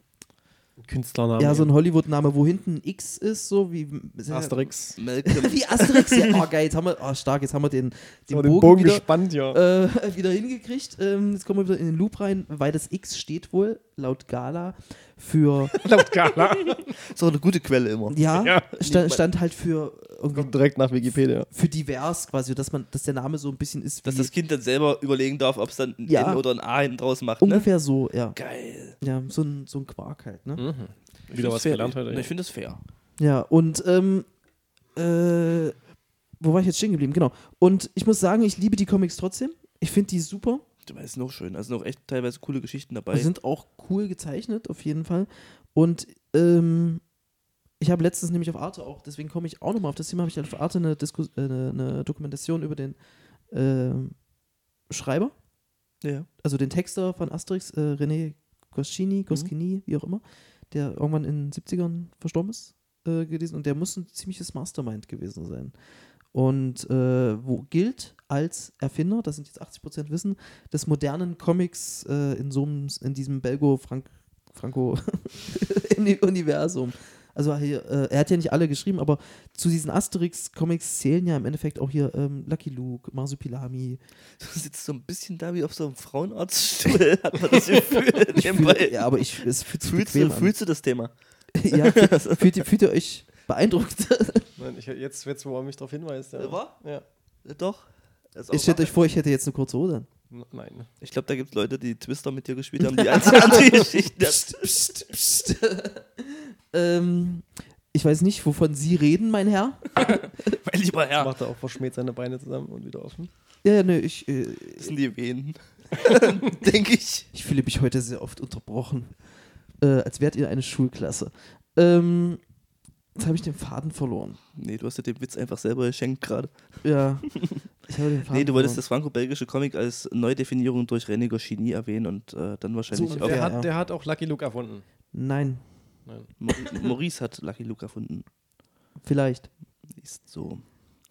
Speaker 2: Künstlername.
Speaker 3: ja, so ein Hollywood-Name, wo hinten ein X ist, so wie.
Speaker 2: Asterix.
Speaker 1: Malcolm.
Speaker 3: Wie Asterix, ja, oh geil, jetzt haben wir, oh stark, jetzt haben wir den, den,
Speaker 2: Aber
Speaker 3: Bogen, wieder,
Speaker 2: gespannt, ja.
Speaker 3: äh, wieder hingekriegt. Ähm, jetzt kommen wir wieder in den Loop rein, weil das X steht wohl, laut Gala, für,
Speaker 2: Laut Gala.
Speaker 1: ist auch eine gute Quelle immer.
Speaker 3: ja,
Speaker 2: Ja.
Speaker 3: stand, stand halt für irgendwie
Speaker 2: Kommt direkt nach Wikipedia.
Speaker 3: für divers quasi, dass man, dass der Name so ein bisschen ist wie
Speaker 1: Dass das Kind dann selber überlegen darf, ob es dann ein
Speaker 3: Ja.
Speaker 1: N oder ein A hinten draus macht. Ne?
Speaker 3: ungefähr so, ja.
Speaker 1: Geil.
Speaker 3: Ja, so ein, so ein Quark halt,
Speaker 1: Mhm.
Speaker 3: ne?
Speaker 2: Wieder was gelernt heute.
Speaker 1: Ne, Ich finde das fair.
Speaker 3: Ja, und ähm, äh, wo war ich jetzt stehen geblieben? Genau. Und ich muss sagen, ich liebe die Comics trotzdem. Ich finde die super.
Speaker 1: Du weißt, ist noch schön. Also noch echt teilweise coole Geschichten dabei.
Speaker 3: Die sind auch cool gezeichnet, auf jeden Fall. Und ähm, ich habe letztens nämlich auf Arte auch, deswegen komme ich auch nochmal auf das Thema, habe ich auf Arte eine, Disku äh, eine, eine Dokumentation über den ähm, Schreiber
Speaker 1: ja.
Speaker 3: also den Texter von Asterix, äh, René
Speaker 1: Mhm.
Speaker 3: Goscinny, Goscinny, wie auch immer, der irgendwann in den 70ern verstorben ist, äh, gelesen und der muss ein ziemliches Mastermind gewesen sein. Und äh, wo gilt als Erfinder, das sind jetzt 80% Wissen, des modernen Comics äh, in, so einem, in diesem Belgo-Frank- Franco-Universum. Also hier, äh, er hat ja nicht alle geschrieben, aber zu diesen Asterix-Comics zählen ja im Endeffekt auch hier ähm, Lucky Luke, Marsupilami,
Speaker 1: Du sitzt so ein bisschen da wie auf so einem Frauenarztstuhl, hat man das Gefühl.
Speaker 3: Ich
Speaker 1: nebenbei.
Speaker 3: fühle, ja, aber ich, es fühlt sich
Speaker 1: fühlst,
Speaker 3: bequem
Speaker 1: du,
Speaker 3: an.
Speaker 1: fühlst du das Thema?
Speaker 3: ja, fühlt, fühlt, ihr- fühlt ihr euch beeindruckt?
Speaker 2: Nein, ich, jetzt, jetzt, wo er mich darauf hinweist. Ja.
Speaker 1: War?
Speaker 2: Ja.
Speaker 1: Äh, Doch. Das ist
Speaker 3: Ich
Speaker 1: auch
Speaker 3: stellt
Speaker 1: wahr.
Speaker 3: euch vor, ich hätte jetzt eine kurze Hose. an.
Speaker 2: N- Nein.
Speaker 1: ich glaube, da gibt es Leute, die Twister mit dir gespielt haben, die einzelne andere Geschichten
Speaker 3: Psst, psst, psst. ähm, ich weiß nicht, wovon Sie reden, mein Herr.
Speaker 1: Mein lieber
Speaker 3: Ah.
Speaker 2: Ja.
Speaker 1: Herr,
Speaker 2: Macht er auch verschmäht seine Beine zusammen und wieder offen.
Speaker 3: Ja, ja, nö, ich, äh,
Speaker 1: das sind die Venen. Denke ich.
Speaker 3: ich fühle mich heute sehr oft unterbrochen. Äh, als wärt ihr eine Schulklasse. Ähm, jetzt habe ich den Faden verloren.
Speaker 1: Nee, du hast dir den Witz einfach selber geschenkt gerade.
Speaker 3: Ja. Ich habe den Faden
Speaker 1: Nee, du wolltest
Speaker 3: verloren.
Speaker 1: das franco-belgische Comic als Neudefinierung durch René Goscinny erwähnen und äh, dann wahrscheinlich
Speaker 3: So,
Speaker 1: auch
Speaker 3: ja.
Speaker 2: der, hat, der hat auch Lucky Luke erfunden.
Speaker 3: Nein,
Speaker 2: Nein.
Speaker 1: Maurice- Maurice hat Lucky Luke erfunden.
Speaker 3: vielleicht.
Speaker 1: Ist so.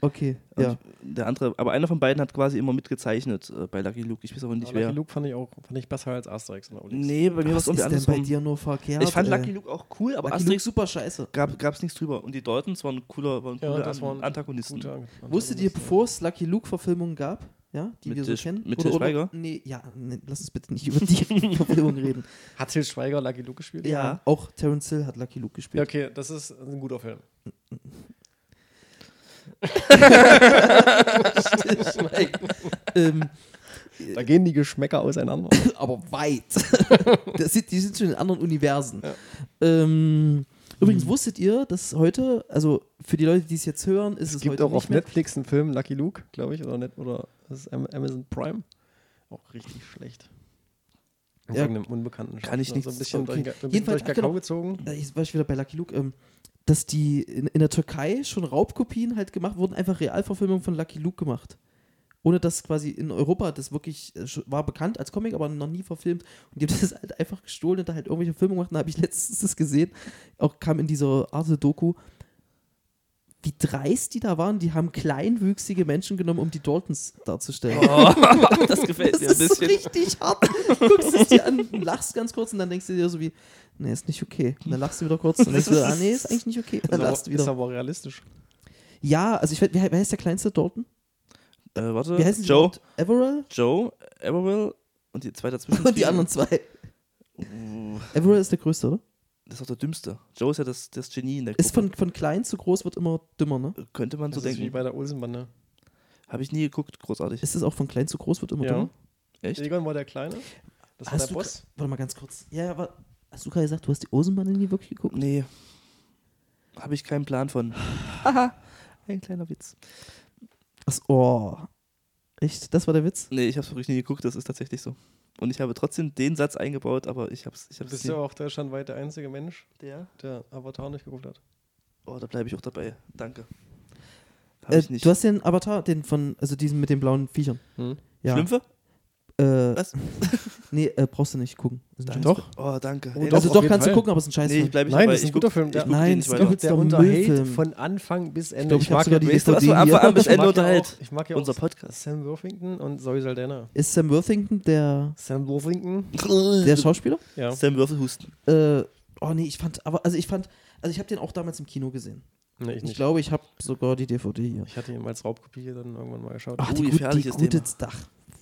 Speaker 3: Okay,
Speaker 1: Und
Speaker 3: ja.
Speaker 1: Der andere, aber einer von beiden hat quasi immer mitgezeichnet äh, bei Lucky Luke. Ich weiß aber nicht
Speaker 2: Aber
Speaker 1: wer.
Speaker 2: Lucky Luke fand ich auch fand ich besser als Asterix und Obelix.
Speaker 1: Nee, bei mir war es
Speaker 3: Was ist
Speaker 1: irgendwie
Speaker 3: denn bei
Speaker 1: andersrum.
Speaker 3: dir nur verkehrt?
Speaker 1: ich fand
Speaker 3: ey?
Speaker 1: Lucky Luke auch cool, aber
Speaker 3: Lucky Luke
Speaker 1: Asterix
Speaker 3: super scheiße.
Speaker 1: gab gab's nichts drüber. Und die Daltons waren cooler, waren
Speaker 2: Ja,
Speaker 1: coole
Speaker 2: das
Speaker 1: An-
Speaker 2: waren
Speaker 1: Antagonisten.
Speaker 2: Gute An-
Speaker 3: Wusstet ihr, bevor es Lucky Luke-Verfilmungen gab, ja, die
Speaker 1: Mit
Speaker 3: wir so
Speaker 1: Til Sch-
Speaker 3: kennen?
Speaker 1: mit Til Schweiger?
Speaker 3: Nee, ja, nee, lass uns bitte nicht über die Verfilmung reden.
Speaker 2: Hat Til Schweiger Lucky Luke gespielt?
Speaker 3: Ja, auch Terence Hill hat Lucky Luke
Speaker 2: Ja,
Speaker 3: gespielt.
Speaker 2: okay, das ist ein guter Film.
Speaker 3: ähm,
Speaker 2: Da gehen die Geschmäcker auseinander.
Speaker 3: aber weit. das sind, die sind schon in anderen Universen. Ähm, Übrigens wusstet ihr, dass heute, also für die Leute, die es jetzt hören, ist es,
Speaker 2: Es gibt
Speaker 3: heute
Speaker 2: auch
Speaker 3: nicht
Speaker 2: auf
Speaker 3: mehr.
Speaker 2: Netflix einen Film, Lucky Luke, glaube ich, oder, Net oder das ist Am- Amazon Prime. Auch richtig schlecht. Mit
Speaker 3: Ja.
Speaker 2: irgendeinem unbekannten
Speaker 1: Kann ich
Speaker 2: Schauspieler, So ein
Speaker 1: nichts-
Speaker 2: bisschen
Speaker 3: okay.
Speaker 2: durch, durch,
Speaker 3: Jedenfalls-
Speaker 2: durch Kakao
Speaker 3: genau.
Speaker 2: gezogen.
Speaker 3: Äh, Jetzt war ich wieder bei Lucky Luke. Ähm, dass die in, in der Türkei schon Raubkopien halt gemacht wurden, einfach Realverfilmungen von Lucky Luke gemacht. Ohne dass quasi in Europa das wirklich äh, schon- war bekannt als Comic, aber noch nie verfilmt. Und die haben das halt einfach gestohlen und da halt irgendwelche Filme gemacht. Und da habe ich letztens das gesehen. Auch kam in dieser Arte-Doku. Wie dreist die da waren. Die haben kleinwüchsige Menschen genommen, um die Daltons darzustellen.
Speaker 1: Oh, das gefällt mir ein
Speaker 3: Das ist so
Speaker 1: bisschen.
Speaker 3: richtig hart. Du guckst es dir an, lachst ganz kurz und dann denkst du dir so wie, nee, ist nicht okay. Und dann lachst du wieder kurz und dann denkst du, ah, nee, ist eigentlich nicht okay. Und dann
Speaker 2: Ist
Speaker 1: Genau.
Speaker 2: aber-
Speaker 3: lachst
Speaker 2: Also
Speaker 3: du
Speaker 2: Ist
Speaker 3: wieder.
Speaker 2: aber realistisch.
Speaker 3: Ja, also ich weiß, wer, wer heißt der kleinste Dalton?
Speaker 1: Äh, warte,
Speaker 3: Wie heißen die?
Speaker 1: Joe,
Speaker 3: überhaupt? Averill?
Speaker 1: Joe, Everill und die zwei dazwischen.
Speaker 3: Und die anderen zwei.
Speaker 1: Uh,
Speaker 3: Averill ist der größte, oder?
Speaker 1: Das ist auch der dümmste. Joe ist ja das, das Genie in der Gruppe.
Speaker 3: Ist von, von klein zu groß wird immer dümmer, ne?
Speaker 1: Könnte man so
Speaker 2: Das ist Also wie
Speaker 1: denken.
Speaker 2: bei der ne? Olsenbande.
Speaker 1: Habe ich nie geguckt, großartig.
Speaker 3: Ist es auch von klein zu groß wird immer
Speaker 2: Ja.
Speaker 3: dümmer?
Speaker 1: Echt?
Speaker 2: Egon war der Kleine. Das war
Speaker 3: Hast
Speaker 2: der
Speaker 3: du
Speaker 2: Boss.
Speaker 3: Warte mal ganz kurz. Ja, ja, aber hast du gerade gesagt, du hast die Osenbande nie wirklich geguckt?
Speaker 1: Nee. Habe ich keinen Plan von. Haha, ein kleiner Witz.
Speaker 3: Ach, so, oh. Echt? Das war der Witz?
Speaker 1: Nee, ich habe es wirklich nie geguckt, das ist tatsächlich so. Und ich habe trotzdem den Satz eingebaut, aber ich habe es ich hab's
Speaker 2: Bist
Speaker 1: nie.
Speaker 2: du auch deutschlandweit der einzige Mensch,
Speaker 1: Der?
Speaker 2: der Avatar nicht geguckt hat?
Speaker 1: Oh, da bleibe ich auch dabei. Danke. Hab
Speaker 3: Äh,
Speaker 1: ich nicht.
Speaker 3: du hast den Avatar, den von, also diesen mit den blauen Viechern.
Speaker 2: Hm.
Speaker 3: Ja.
Speaker 1: Schlümpfe?
Speaker 3: Äh,
Speaker 1: Was?
Speaker 3: Nee, äh, brauchst du nicht gucken. Ist ein
Speaker 1: Danke.
Speaker 3: Scheiß-
Speaker 2: Doch.
Speaker 1: Oh, danke.
Speaker 2: Oh,
Speaker 1: Ey,
Speaker 2: doch,
Speaker 1: das-
Speaker 3: Also
Speaker 2: auf
Speaker 3: doch
Speaker 2: jeden
Speaker 3: kannst du
Speaker 2: Fall.
Speaker 3: gucken, aber es ist ein Scheiß.
Speaker 1: Nee, ich bleibe ich
Speaker 2: Nein,
Speaker 1: dabei.
Speaker 2: das ist ein
Speaker 1: ich
Speaker 2: guter Film.
Speaker 1: Ich
Speaker 2: Ja.
Speaker 1: guck
Speaker 3: Nein,
Speaker 1: den nicht
Speaker 3: das ist
Speaker 1: weiter.
Speaker 3: doch-
Speaker 2: Der
Speaker 3: doch ein
Speaker 2: unterhält
Speaker 3: Müllfilm.
Speaker 2: von Anfang bis Ende.
Speaker 3: glaub, ich hab sogar die
Speaker 1: Weißt du was,
Speaker 3: DVD
Speaker 1: von Anfang an bis
Speaker 2: ich mag
Speaker 1: Ende
Speaker 2: ja
Speaker 1: unterhält.
Speaker 2: auch- Ich mag ja
Speaker 1: Unser
Speaker 2: auch
Speaker 1: Podcast.
Speaker 2: Sam Worthington und Zoe Saldana.
Speaker 3: Ist Sam Worthington der,
Speaker 2: Sam Worthington?
Speaker 3: der Schauspieler?
Speaker 2: Ja.
Speaker 1: Sam Würfelhusten.
Speaker 3: Äh, oh nee, ich fand, aber also ich fand, also ich habe den auch damals im Kino gesehen.
Speaker 2: Nee, ich
Speaker 3: Ich,
Speaker 2: nicht.
Speaker 3: glaube, ich habe sogar die DVD hier.
Speaker 2: Ich hatte ihn als Raubkopie dann irgendwann mal geschaut.
Speaker 1: Oh,
Speaker 3: die, gut, die
Speaker 1: gefährliches
Speaker 3: gute
Speaker 1: Thema.
Speaker 3: Dach.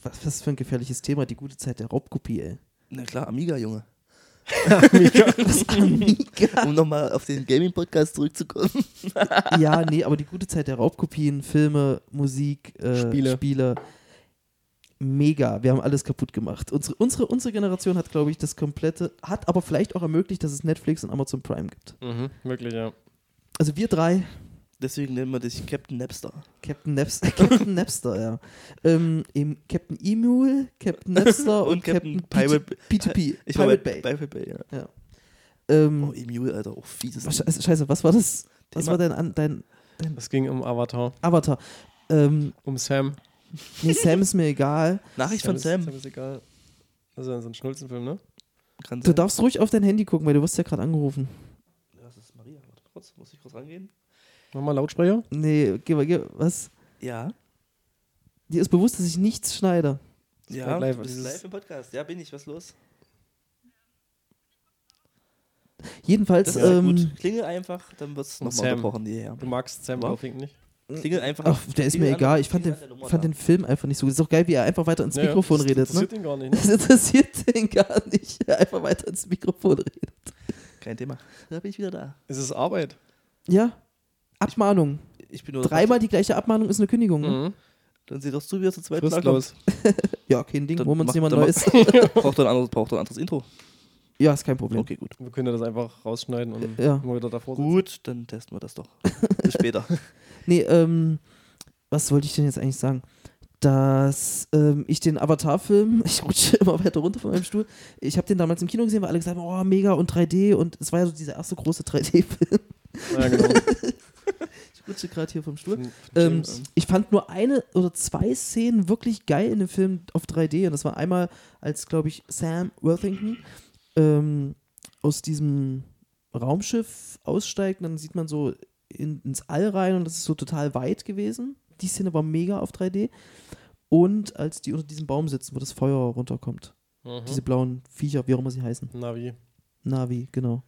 Speaker 3: Was, was für ein gefährliches Thema, die gute Zeit der Raubkopie, ey.
Speaker 1: Na klar, Amiga, Junge.
Speaker 3: Das Amiga.
Speaker 1: Um nochmal auf den Gaming-Podcast zurückzukommen.
Speaker 3: ja, nee, aber die gute Zeit der Raubkopien, Filme, Musik, äh,
Speaker 2: Spiele.
Speaker 3: Spiele. Mega, wir haben alles kaputt gemacht. Unsere, unsere, unsere Generation hat, glaube ich, das komplette, hat aber vielleicht auch ermöglicht, dass es Netflix und Amazon Prime gibt.
Speaker 2: Mhm, wirklich, ja.
Speaker 3: Also wir drei,
Speaker 1: Deswegen nennen wir dich Captain Napster.
Speaker 3: Captain Napster, Captain Napster ja. Ähm, eben Captain Emule, Captain Napster und,
Speaker 1: Und Captain Pirate-
Speaker 3: P2, P2P.
Speaker 1: Ich war
Speaker 3: Pirate
Speaker 1: bei
Speaker 3: Bay.
Speaker 1: Pirate Bay, ja.
Speaker 3: Ähm,
Speaker 1: Oh, Emule, Alter, auch fieses.
Speaker 3: was- also, scheiße, was war das? Was
Speaker 1: Thema-
Speaker 3: war dein, An- dein
Speaker 2: Es ging um Avatar,
Speaker 3: Avatar? Ähm,
Speaker 2: um Sam.
Speaker 3: nee, Sam ist mir egal.
Speaker 1: Nachricht von
Speaker 2: ist-
Speaker 1: Sam.
Speaker 2: Sam ist egal. Also so ein Schnulzenfilm, ne?
Speaker 1: Kann
Speaker 3: Du
Speaker 1: sein.
Speaker 3: darfst ruhig auf dein Handy gucken, weil du wirst ja gerade angerufen.
Speaker 1: Ja, das ist Maria. Warte kurz, muss ich kurz rangehen?
Speaker 2: Mach mal Lautsprecher.
Speaker 3: Nee, geh mal, geh, was?
Speaker 1: Ja.
Speaker 3: Dir ist bewusst, dass ich nichts schneide.
Speaker 1: Ja,
Speaker 2: live.
Speaker 1: du bist
Speaker 2: Das ist-
Speaker 1: live im Podcast. Ja, bin ich. Was los?
Speaker 3: Jedenfalls,
Speaker 1: Das ist
Speaker 3: ähm,
Speaker 1: gut. Klingel einfach, dann wird es
Speaker 2: Und
Speaker 1: nochmal
Speaker 2: Sam.
Speaker 1: unterbrochen. Ja,
Speaker 2: Du magst Sam
Speaker 1: Wow.
Speaker 2: Worthington nicht?
Speaker 1: ja. Klingel einfach.
Speaker 3: ach, der ist mir
Speaker 1: Klingel
Speaker 3: egal.
Speaker 1: an-
Speaker 3: Ich fand den,
Speaker 1: klingel an der Nummer
Speaker 3: fand
Speaker 1: da.
Speaker 3: den Film einfach nicht so. Ist auch geil, wie er einfach weiter ins
Speaker 2: Naja,
Speaker 3: Mikrofon
Speaker 2: das
Speaker 3: redet. Ne?
Speaker 2: Interessiert ihn gar nicht, ne?
Speaker 3: Das interessiert den gar nicht. Einfach weiter ins Mikrofon redet.
Speaker 1: Kein Thema. Da bin ich wieder da.
Speaker 2: Es ist Arbeit.
Speaker 3: Ja. Abmahnung.
Speaker 1: Ich bin nur
Speaker 3: Dreimal die gleiche Abmahnung ist eine Kündigung. Ne?
Speaker 2: Mhm.
Speaker 1: Dann sieh doch zu, wie er zu zweit
Speaker 2: Fristlos.
Speaker 3: Ja, kein Ding.
Speaker 1: Dann
Speaker 3: Holen wir uns
Speaker 1: macht-
Speaker 3: jemand
Speaker 1: dann
Speaker 3: Neues.
Speaker 1: Braucht doch ein anderes, braucht doch ein anderes Intro.
Speaker 3: ja, ist kein Problem.
Speaker 1: Okay, gut.
Speaker 2: Wir können ja das einfach rausschneiden und
Speaker 3: Ja.
Speaker 2: immer wieder davor sitzen.
Speaker 1: Gut, dann testen wir das doch. Bis später.
Speaker 3: Nee, ähm, was wollte ich denn jetzt eigentlich sagen? Dass ähm, ich den Avatar-Film, ich rutsche immer weiter runter von meinem Stuhl, ich habe den damals im Kino gesehen, weil alle gesagt haben, oh, mega und 3D und es war ja so dieser erste große 3D-Film.
Speaker 2: Ja, genau.
Speaker 3: Ich rutsche gerade hier vom Stuhl.
Speaker 2: Von- von
Speaker 3: Ähm,
Speaker 2: James.
Speaker 3: ich fand nur eine oder zwei Szenen wirklich geil in dem Film auf 3D und das war einmal als, glaube ich, Sam Worthington ähm, aus diesem Raumschiff aussteigt und dann sieht man so in, ins All rein und das ist so total weit gewesen. Die Szene war mega auf 3D. Und als die unter diesem Baum sitzen, wo das Feuer runterkommt. Diese
Speaker 2: Mhm.
Speaker 3: blauen Viecher, wie auch immer sie heißen.
Speaker 2: Navi.
Speaker 3: Navi, genau.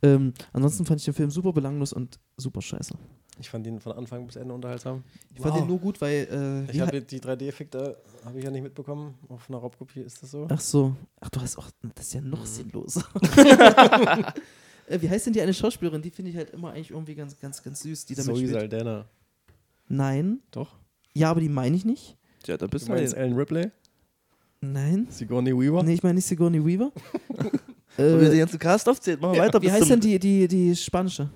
Speaker 3: Ähm, ansonsten fand ich den Film super belanglos und super scheiße.
Speaker 2: Ich fand ihn von Anfang bis Ende unterhaltsam.
Speaker 3: Ich fand
Speaker 1: Wow.
Speaker 3: den nur gut, weil. Äh,
Speaker 2: Ich
Speaker 3: wie
Speaker 2: habe die 3D-Effekte habe ich ja nicht mitbekommen. Auf einer Raubkopie ist das so.
Speaker 3: Ach so. Ach, du hast auch. Das ist ja
Speaker 1: Mhm.
Speaker 3: noch sinnloser. Äh, Wie heißt denn die eine Schauspielerin? Die finde ich halt immer eigentlich irgendwie ganz, ganz, ganz süß, die damit
Speaker 2: Zoe
Speaker 3: spielt.
Speaker 2: Saldana.
Speaker 3: Nein.
Speaker 2: Doch.
Speaker 3: Ja, aber die meine ich nicht.
Speaker 1: Ja, dann
Speaker 2: Du
Speaker 1: bist du
Speaker 2: meinst
Speaker 1: mal.
Speaker 2: Ellen Ripley?
Speaker 3: Nein.
Speaker 2: Sigourney Weaver?
Speaker 3: Nee, ich meine nicht Sigourney Weaver.
Speaker 1: Wollen wir den
Speaker 3: Äh,
Speaker 1: ganzen Cast aufzählen? Machen wir
Speaker 2: Ja.
Speaker 1: weiter.
Speaker 3: wie heißt denn die, die, die spanische?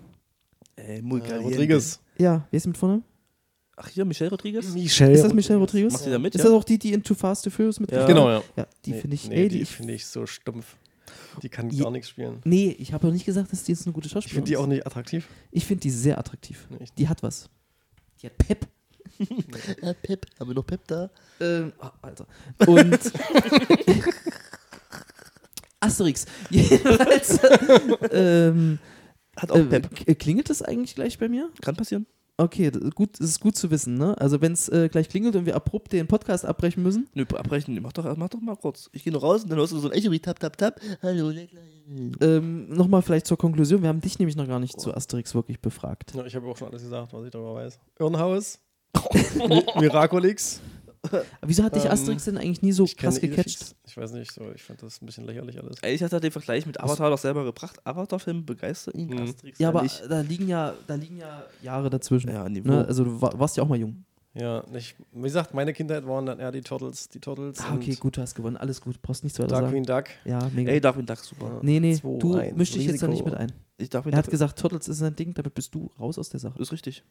Speaker 1: Ey, muy
Speaker 2: Äh,
Speaker 1: caliente.
Speaker 2: Rodriguez.
Speaker 3: Ja, wie ist die mit vorne?
Speaker 1: Ach, hier, Michelle Rodriguez?
Speaker 2: Michelle.
Speaker 3: Ist das Michelle Rodriguez?
Speaker 1: Macht die da mit?
Speaker 3: Ist
Speaker 1: ja?
Speaker 3: das auch die, die in Too Fast, Too Furious mit?
Speaker 1: Ja.
Speaker 2: Genau, ja.
Speaker 3: Ja, die
Speaker 2: Nee,
Speaker 3: finde ich.
Speaker 2: Nee,
Speaker 3: ey,
Speaker 2: die
Speaker 3: die,
Speaker 2: finde ich so stumpf. Die kann
Speaker 3: Je-
Speaker 2: gar nichts spielen.
Speaker 3: nee, ich habe doch nicht gesagt, dass die jetzt eine gute
Speaker 2: Ich
Speaker 3: Schauspielerin
Speaker 2: finde die auch nicht attraktiv.
Speaker 3: ist. Ich finde die sehr attraktiv.
Speaker 2: Nee, ich-
Speaker 3: Die hat was. Die hat Pep.
Speaker 1: Äh, Pep, haben wir noch Pep da?
Speaker 3: Ähm, ah, Alter. Und. Asterix. Jedenfalls. ähm,
Speaker 1: Hat auch
Speaker 3: äh,
Speaker 1: Pep.
Speaker 3: k- klingelt das eigentlich gleich bei mir?
Speaker 1: Kann passieren.
Speaker 3: Okay, d- gut, es ist gut zu wissen, ne? Also, wenn es äh, gleich klingelt und wir abrupt den Podcast abbrechen müssen.
Speaker 1: Nö, abbrechen. Mach doch, mach doch mal kurz. Ich gehe nur raus und dann hörst du so ein Echo wie tap, tap, tap. Hallo, Lecklein.
Speaker 3: Ähm, Nochmal vielleicht zur Konklusion. Wir haben dich nämlich noch gar
Speaker 1: Oh.
Speaker 3: nicht zu Asterix wirklich befragt.
Speaker 2: Ja, ich habe auch schon alles gesagt, was ich darüber weiß. Irrenhaus. Mi- Miraculix.
Speaker 3: Aber wieso hat dich
Speaker 2: Ähm,
Speaker 3: Asterix denn eigentlich nie so
Speaker 2: Ich kenne
Speaker 3: krass gecatcht?
Speaker 2: Idefix. Ich weiß nicht, so, ich fand das ein bisschen lächerlich alles.
Speaker 1: Ey, Ich hatte den Vergleich mit Avatar doch selber gebracht. Avatar-Film begeistert ihn.
Speaker 2: Mhm.
Speaker 1: Asterix
Speaker 3: Ja, aber
Speaker 1: nicht.
Speaker 3: da liegen ja, da liegen ja Jahre dazwischen.
Speaker 1: Ja, Niveau.
Speaker 3: Ne? Also, du wa- warst ja auch mal jung.
Speaker 2: Ja, ich, wie gesagt, meine Kindheit waren dann eher die Turtles, die Turtles
Speaker 3: Ah, okay, gut, du hast gewonnen. Alles gut, brauchst nichts
Speaker 2: und
Speaker 3: weiter sagen.
Speaker 2: Darkwing Duck.
Speaker 3: Ja, mega.
Speaker 1: Ey, Darwin Duck, super.
Speaker 3: nee, nee,
Speaker 2: zwei,
Speaker 3: du
Speaker 2: eins,
Speaker 3: misch dich jetzt da
Speaker 2: Risiko.
Speaker 3: nicht mit ein.
Speaker 1: Ich Darwin
Speaker 3: Er hat
Speaker 1: Duck
Speaker 3: gesagt, Turtles ist sein Ding, damit bist du raus aus der Sache.
Speaker 1: ist richtig.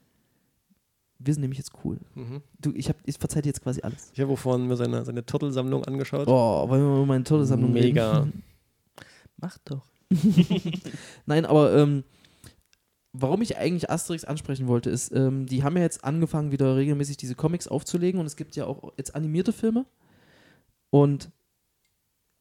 Speaker 3: Wir sind nämlich jetzt cool.
Speaker 2: Mhm.
Speaker 3: Du, ich, hab, ich verzeih dir jetzt quasi alles.
Speaker 2: Ich habe vorhin mir seine, seine Turtle-Sammlung angeschaut.
Speaker 3: Oh, wollen wir mal über meine Turtles-Sammlung reden?
Speaker 2: Mega.
Speaker 1: Mach doch.
Speaker 3: Nein, aber ähm, warum ich eigentlich Asterix ansprechen wollte, ist, ähm, die haben ja jetzt angefangen, wieder regelmäßig diese Comics aufzulegen und es gibt ja auch jetzt animierte Filme. Und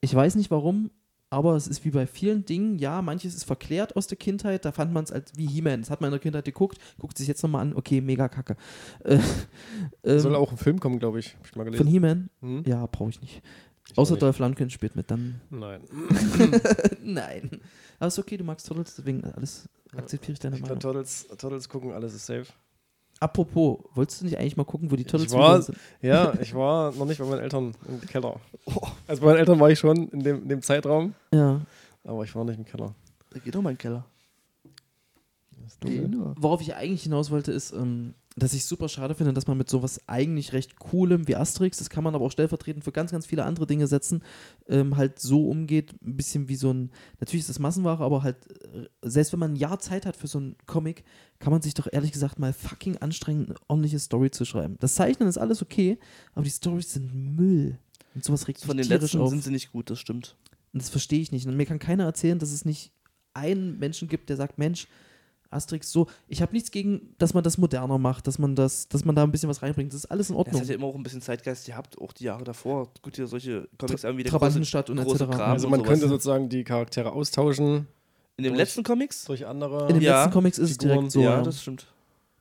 Speaker 3: ich weiß nicht warum, aber es ist wie bei vielen Dingen, ja, manches ist verklärt aus der Kindheit, da fand man es als wie He-Man. Das hat man in der Kindheit geguckt, guckt sich jetzt nochmal an, okay, mega kacke. Äh, ähm,
Speaker 2: Soll auch ein Film kommen, glaube ich. Hab ich mal
Speaker 3: von
Speaker 2: gelesen.
Speaker 3: He-Man?
Speaker 2: Hm?
Speaker 3: Ja, brauche ich nicht.
Speaker 2: Ich
Speaker 3: Außer
Speaker 2: glaub
Speaker 3: Dolph Lundgren spielt mit, dann.
Speaker 2: nicht. Nein.
Speaker 3: Nein. Aber ist okay, du magst Turtles, deswegen alles akzeptiere ich deine
Speaker 2: Ich glaube,
Speaker 3: Meinung.
Speaker 2: Turtles, Turtles gucken, alles ist safe.
Speaker 3: Apropos, wolltest du nicht eigentlich mal gucken, wo die Turtles
Speaker 2: war-
Speaker 3: wieder sind?
Speaker 2: Ja, ich war noch nicht bei meinen Eltern im Keller. Also bei meinen Eltern war ich schon in dem, in dem Zeitraum,
Speaker 3: Ja.
Speaker 2: aber ich war nicht im Keller.
Speaker 1: Da geht doch mein Keller. Geh nur.
Speaker 3: Worauf ich eigentlich hinaus wollte, ist, ähm, dass ich super schade finde, dass man mit sowas eigentlich recht coolem wie Asterix, das kann man aber auch stellvertretend für ganz, ganz viele andere Dinge setzen, ähm, halt so umgeht, ein bisschen wie so ein, natürlich ist das Massenware, aber halt, äh, selbst wenn man ein Jahr Zeit hat für so einen Comic, kann man sich doch ehrlich gesagt mal fucking anstrengen, eine ordentliche Story zu schreiben. Das Zeichnen ist alles okay, aber die Stories sind Müll. Und sowas regt
Speaker 1: Von
Speaker 3: mich
Speaker 1: den
Speaker 3: tierisch
Speaker 1: letzten
Speaker 3: auf.
Speaker 1: sind sie nicht gut, das stimmt.
Speaker 3: Und das verstehe ich nicht. Und mir kann keiner erzählen, dass es nicht einen Menschen gibt, der sagt, Mensch, Asterix, so, ich habe nichts gegen, dass man das moderner macht, dass man das, dass man da ein bisschen was reinbringt. Das ist alles in
Speaker 1: Das
Speaker 3: Ordnung.
Speaker 1: hat ja immer auch ein bisschen Zeitgeist gehabt, auch die Jahre davor. Gut, hier solche Comics haben wie der große,
Speaker 3: Trabantenstadt und ne?
Speaker 1: große
Speaker 3: etc.
Speaker 1: Graben.
Speaker 2: Also
Speaker 1: und
Speaker 2: man
Speaker 1: sowas.
Speaker 2: könnte sozusagen die Charaktere austauschen
Speaker 1: In den
Speaker 2: durch-
Speaker 1: letzten Comics?
Speaker 2: durch andere.
Speaker 3: In den
Speaker 1: Ja,
Speaker 3: letzten Comics ist es
Speaker 2: Figuren,
Speaker 3: direkt so.
Speaker 1: ja,
Speaker 3: ja.
Speaker 1: das stimmt.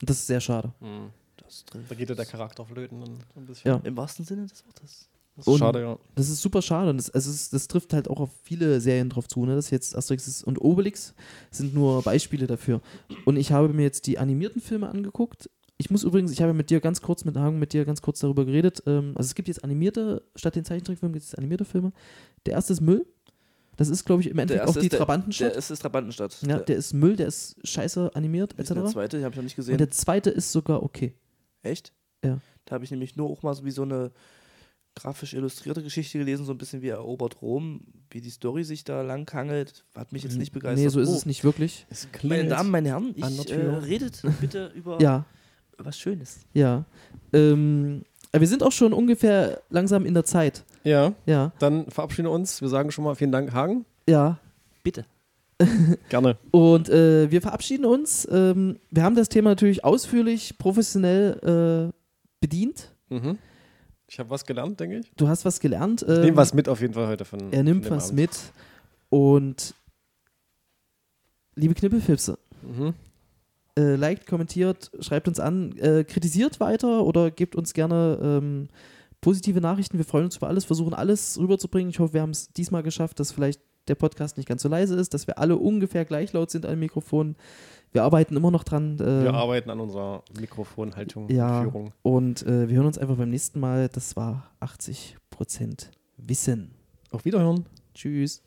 Speaker 3: Und das ist sehr schade.
Speaker 2: Mhm.
Speaker 1: Das trifft.
Speaker 2: Da geht ja der Charakter flöten dann so ein bisschen.
Speaker 3: Ja.
Speaker 1: Im wahrsten Sinne des Wortes.
Speaker 2: Das
Speaker 3: Und-
Speaker 2: ist schade, ja.
Speaker 3: Das ist super schade und das, also es, das trifft halt auch auf viele Serien drauf zu. Ne? Das jetzt Asterix ist und Obelix sind nur Beispiele dafür. Und ich habe mir jetzt die animierten Filme angeguckt. Ich muss übrigens, ich habe mit dir ganz kurz, mit Hagen, mit dir ganz kurz darüber geredet. Ähm, also es gibt jetzt animierte, statt den Zeichentrickfilmen gibt es jetzt animierte Filme. Der erste ist Müll. Das ist, glaube ich, im Endeffekt auch
Speaker 1: erste
Speaker 3: die
Speaker 1: ist der- Der
Speaker 3: Trabantenstadt.
Speaker 1: ist, ist Trabantenstadt.
Speaker 3: ja, der ist Müll, der ist scheiße animiert,
Speaker 1: Wie ist denn der
Speaker 3: etc.
Speaker 1: zweite, den habe ich noch nicht
Speaker 3: Und
Speaker 1: gesehen.
Speaker 3: der zweite ist sogar okay.
Speaker 1: Echt?
Speaker 3: Ja.
Speaker 1: Da habe ich nämlich nur auch mal so wie so eine grafisch illustrierte Geschichte gelesen, so ein bisschen wie erobert Rom, wie die Story sich da lang hangelt. Hat mich jetzt nicht begeistert.
Speaker 3: Nee, so ist
Speaker 1: oh,
Speaker 3: es nicht wirklich.
Speaker 2: Es
Speaker 1: Meine Damen, meine Herren,
Speaker 2: an der
Speaker 1: ich äh,
Speaker 2: Tür.
Speaker 1: redet bitte über
Speaker 3: Ja.
Speaker 1: was Schönes.
Speaker 3: Ja. Ähm, aber wir sind auch schon ungefähr langsam in der Zeit.
Speaker 2: Ja,
Speaker 3: Ja,
Speaker 2: dann verabschieden wir uns. Wir sagen schon mal vielen Dank, Hagen.
Speaker 3: ja.
Speaker 1: Bitte.
Speaker 2: Gerne.
Speaker 3: Und äh, wir verabschieden uns. Ähm, wir haben das Thema natürlich ausführlich, professionell äh, bedient.
Speaker 2: Mhm. Ich habe was gelernt, denke ich.
Speaker 3: Du hast was gelernt.
Speaker 2: Ich
Speaker 3: ähm,
Speaker 2: nehme was mit auf jeden Fall heute von.
Speaker 3: Er nimmt was mit. Und liebe Knippelfipse,
Speaker 2: mit. Mhm.
Speaker 3: äh, liked, kommentiert, schreibt uns an, äh, kritisiert weiter oder gebt uns gerne ähm, positive Nachrichten. Wir freuen uns über alles, versuchen alles rüberzubringen. Ich hoffe, wir haben es diesmal geschafft, dass vielleicht der Podcast nicht ganz so leise ist, dass wir alle ungefähr gleich laut sind an den Mikrofonen. Wir arbeiten immer noch dran. Äh,
Speaker 2: Wir arbeiten an unserer Mikrofonhaltung
Speaker 3: ja.
Speaker 2: und Führung.
Speaker 3: und äh, wir hören uns einfach beim nächsten Mal. Das war 80% Wissen.
Speaker 2: Auf Wiederhören.
Speaker 3: Tschüss.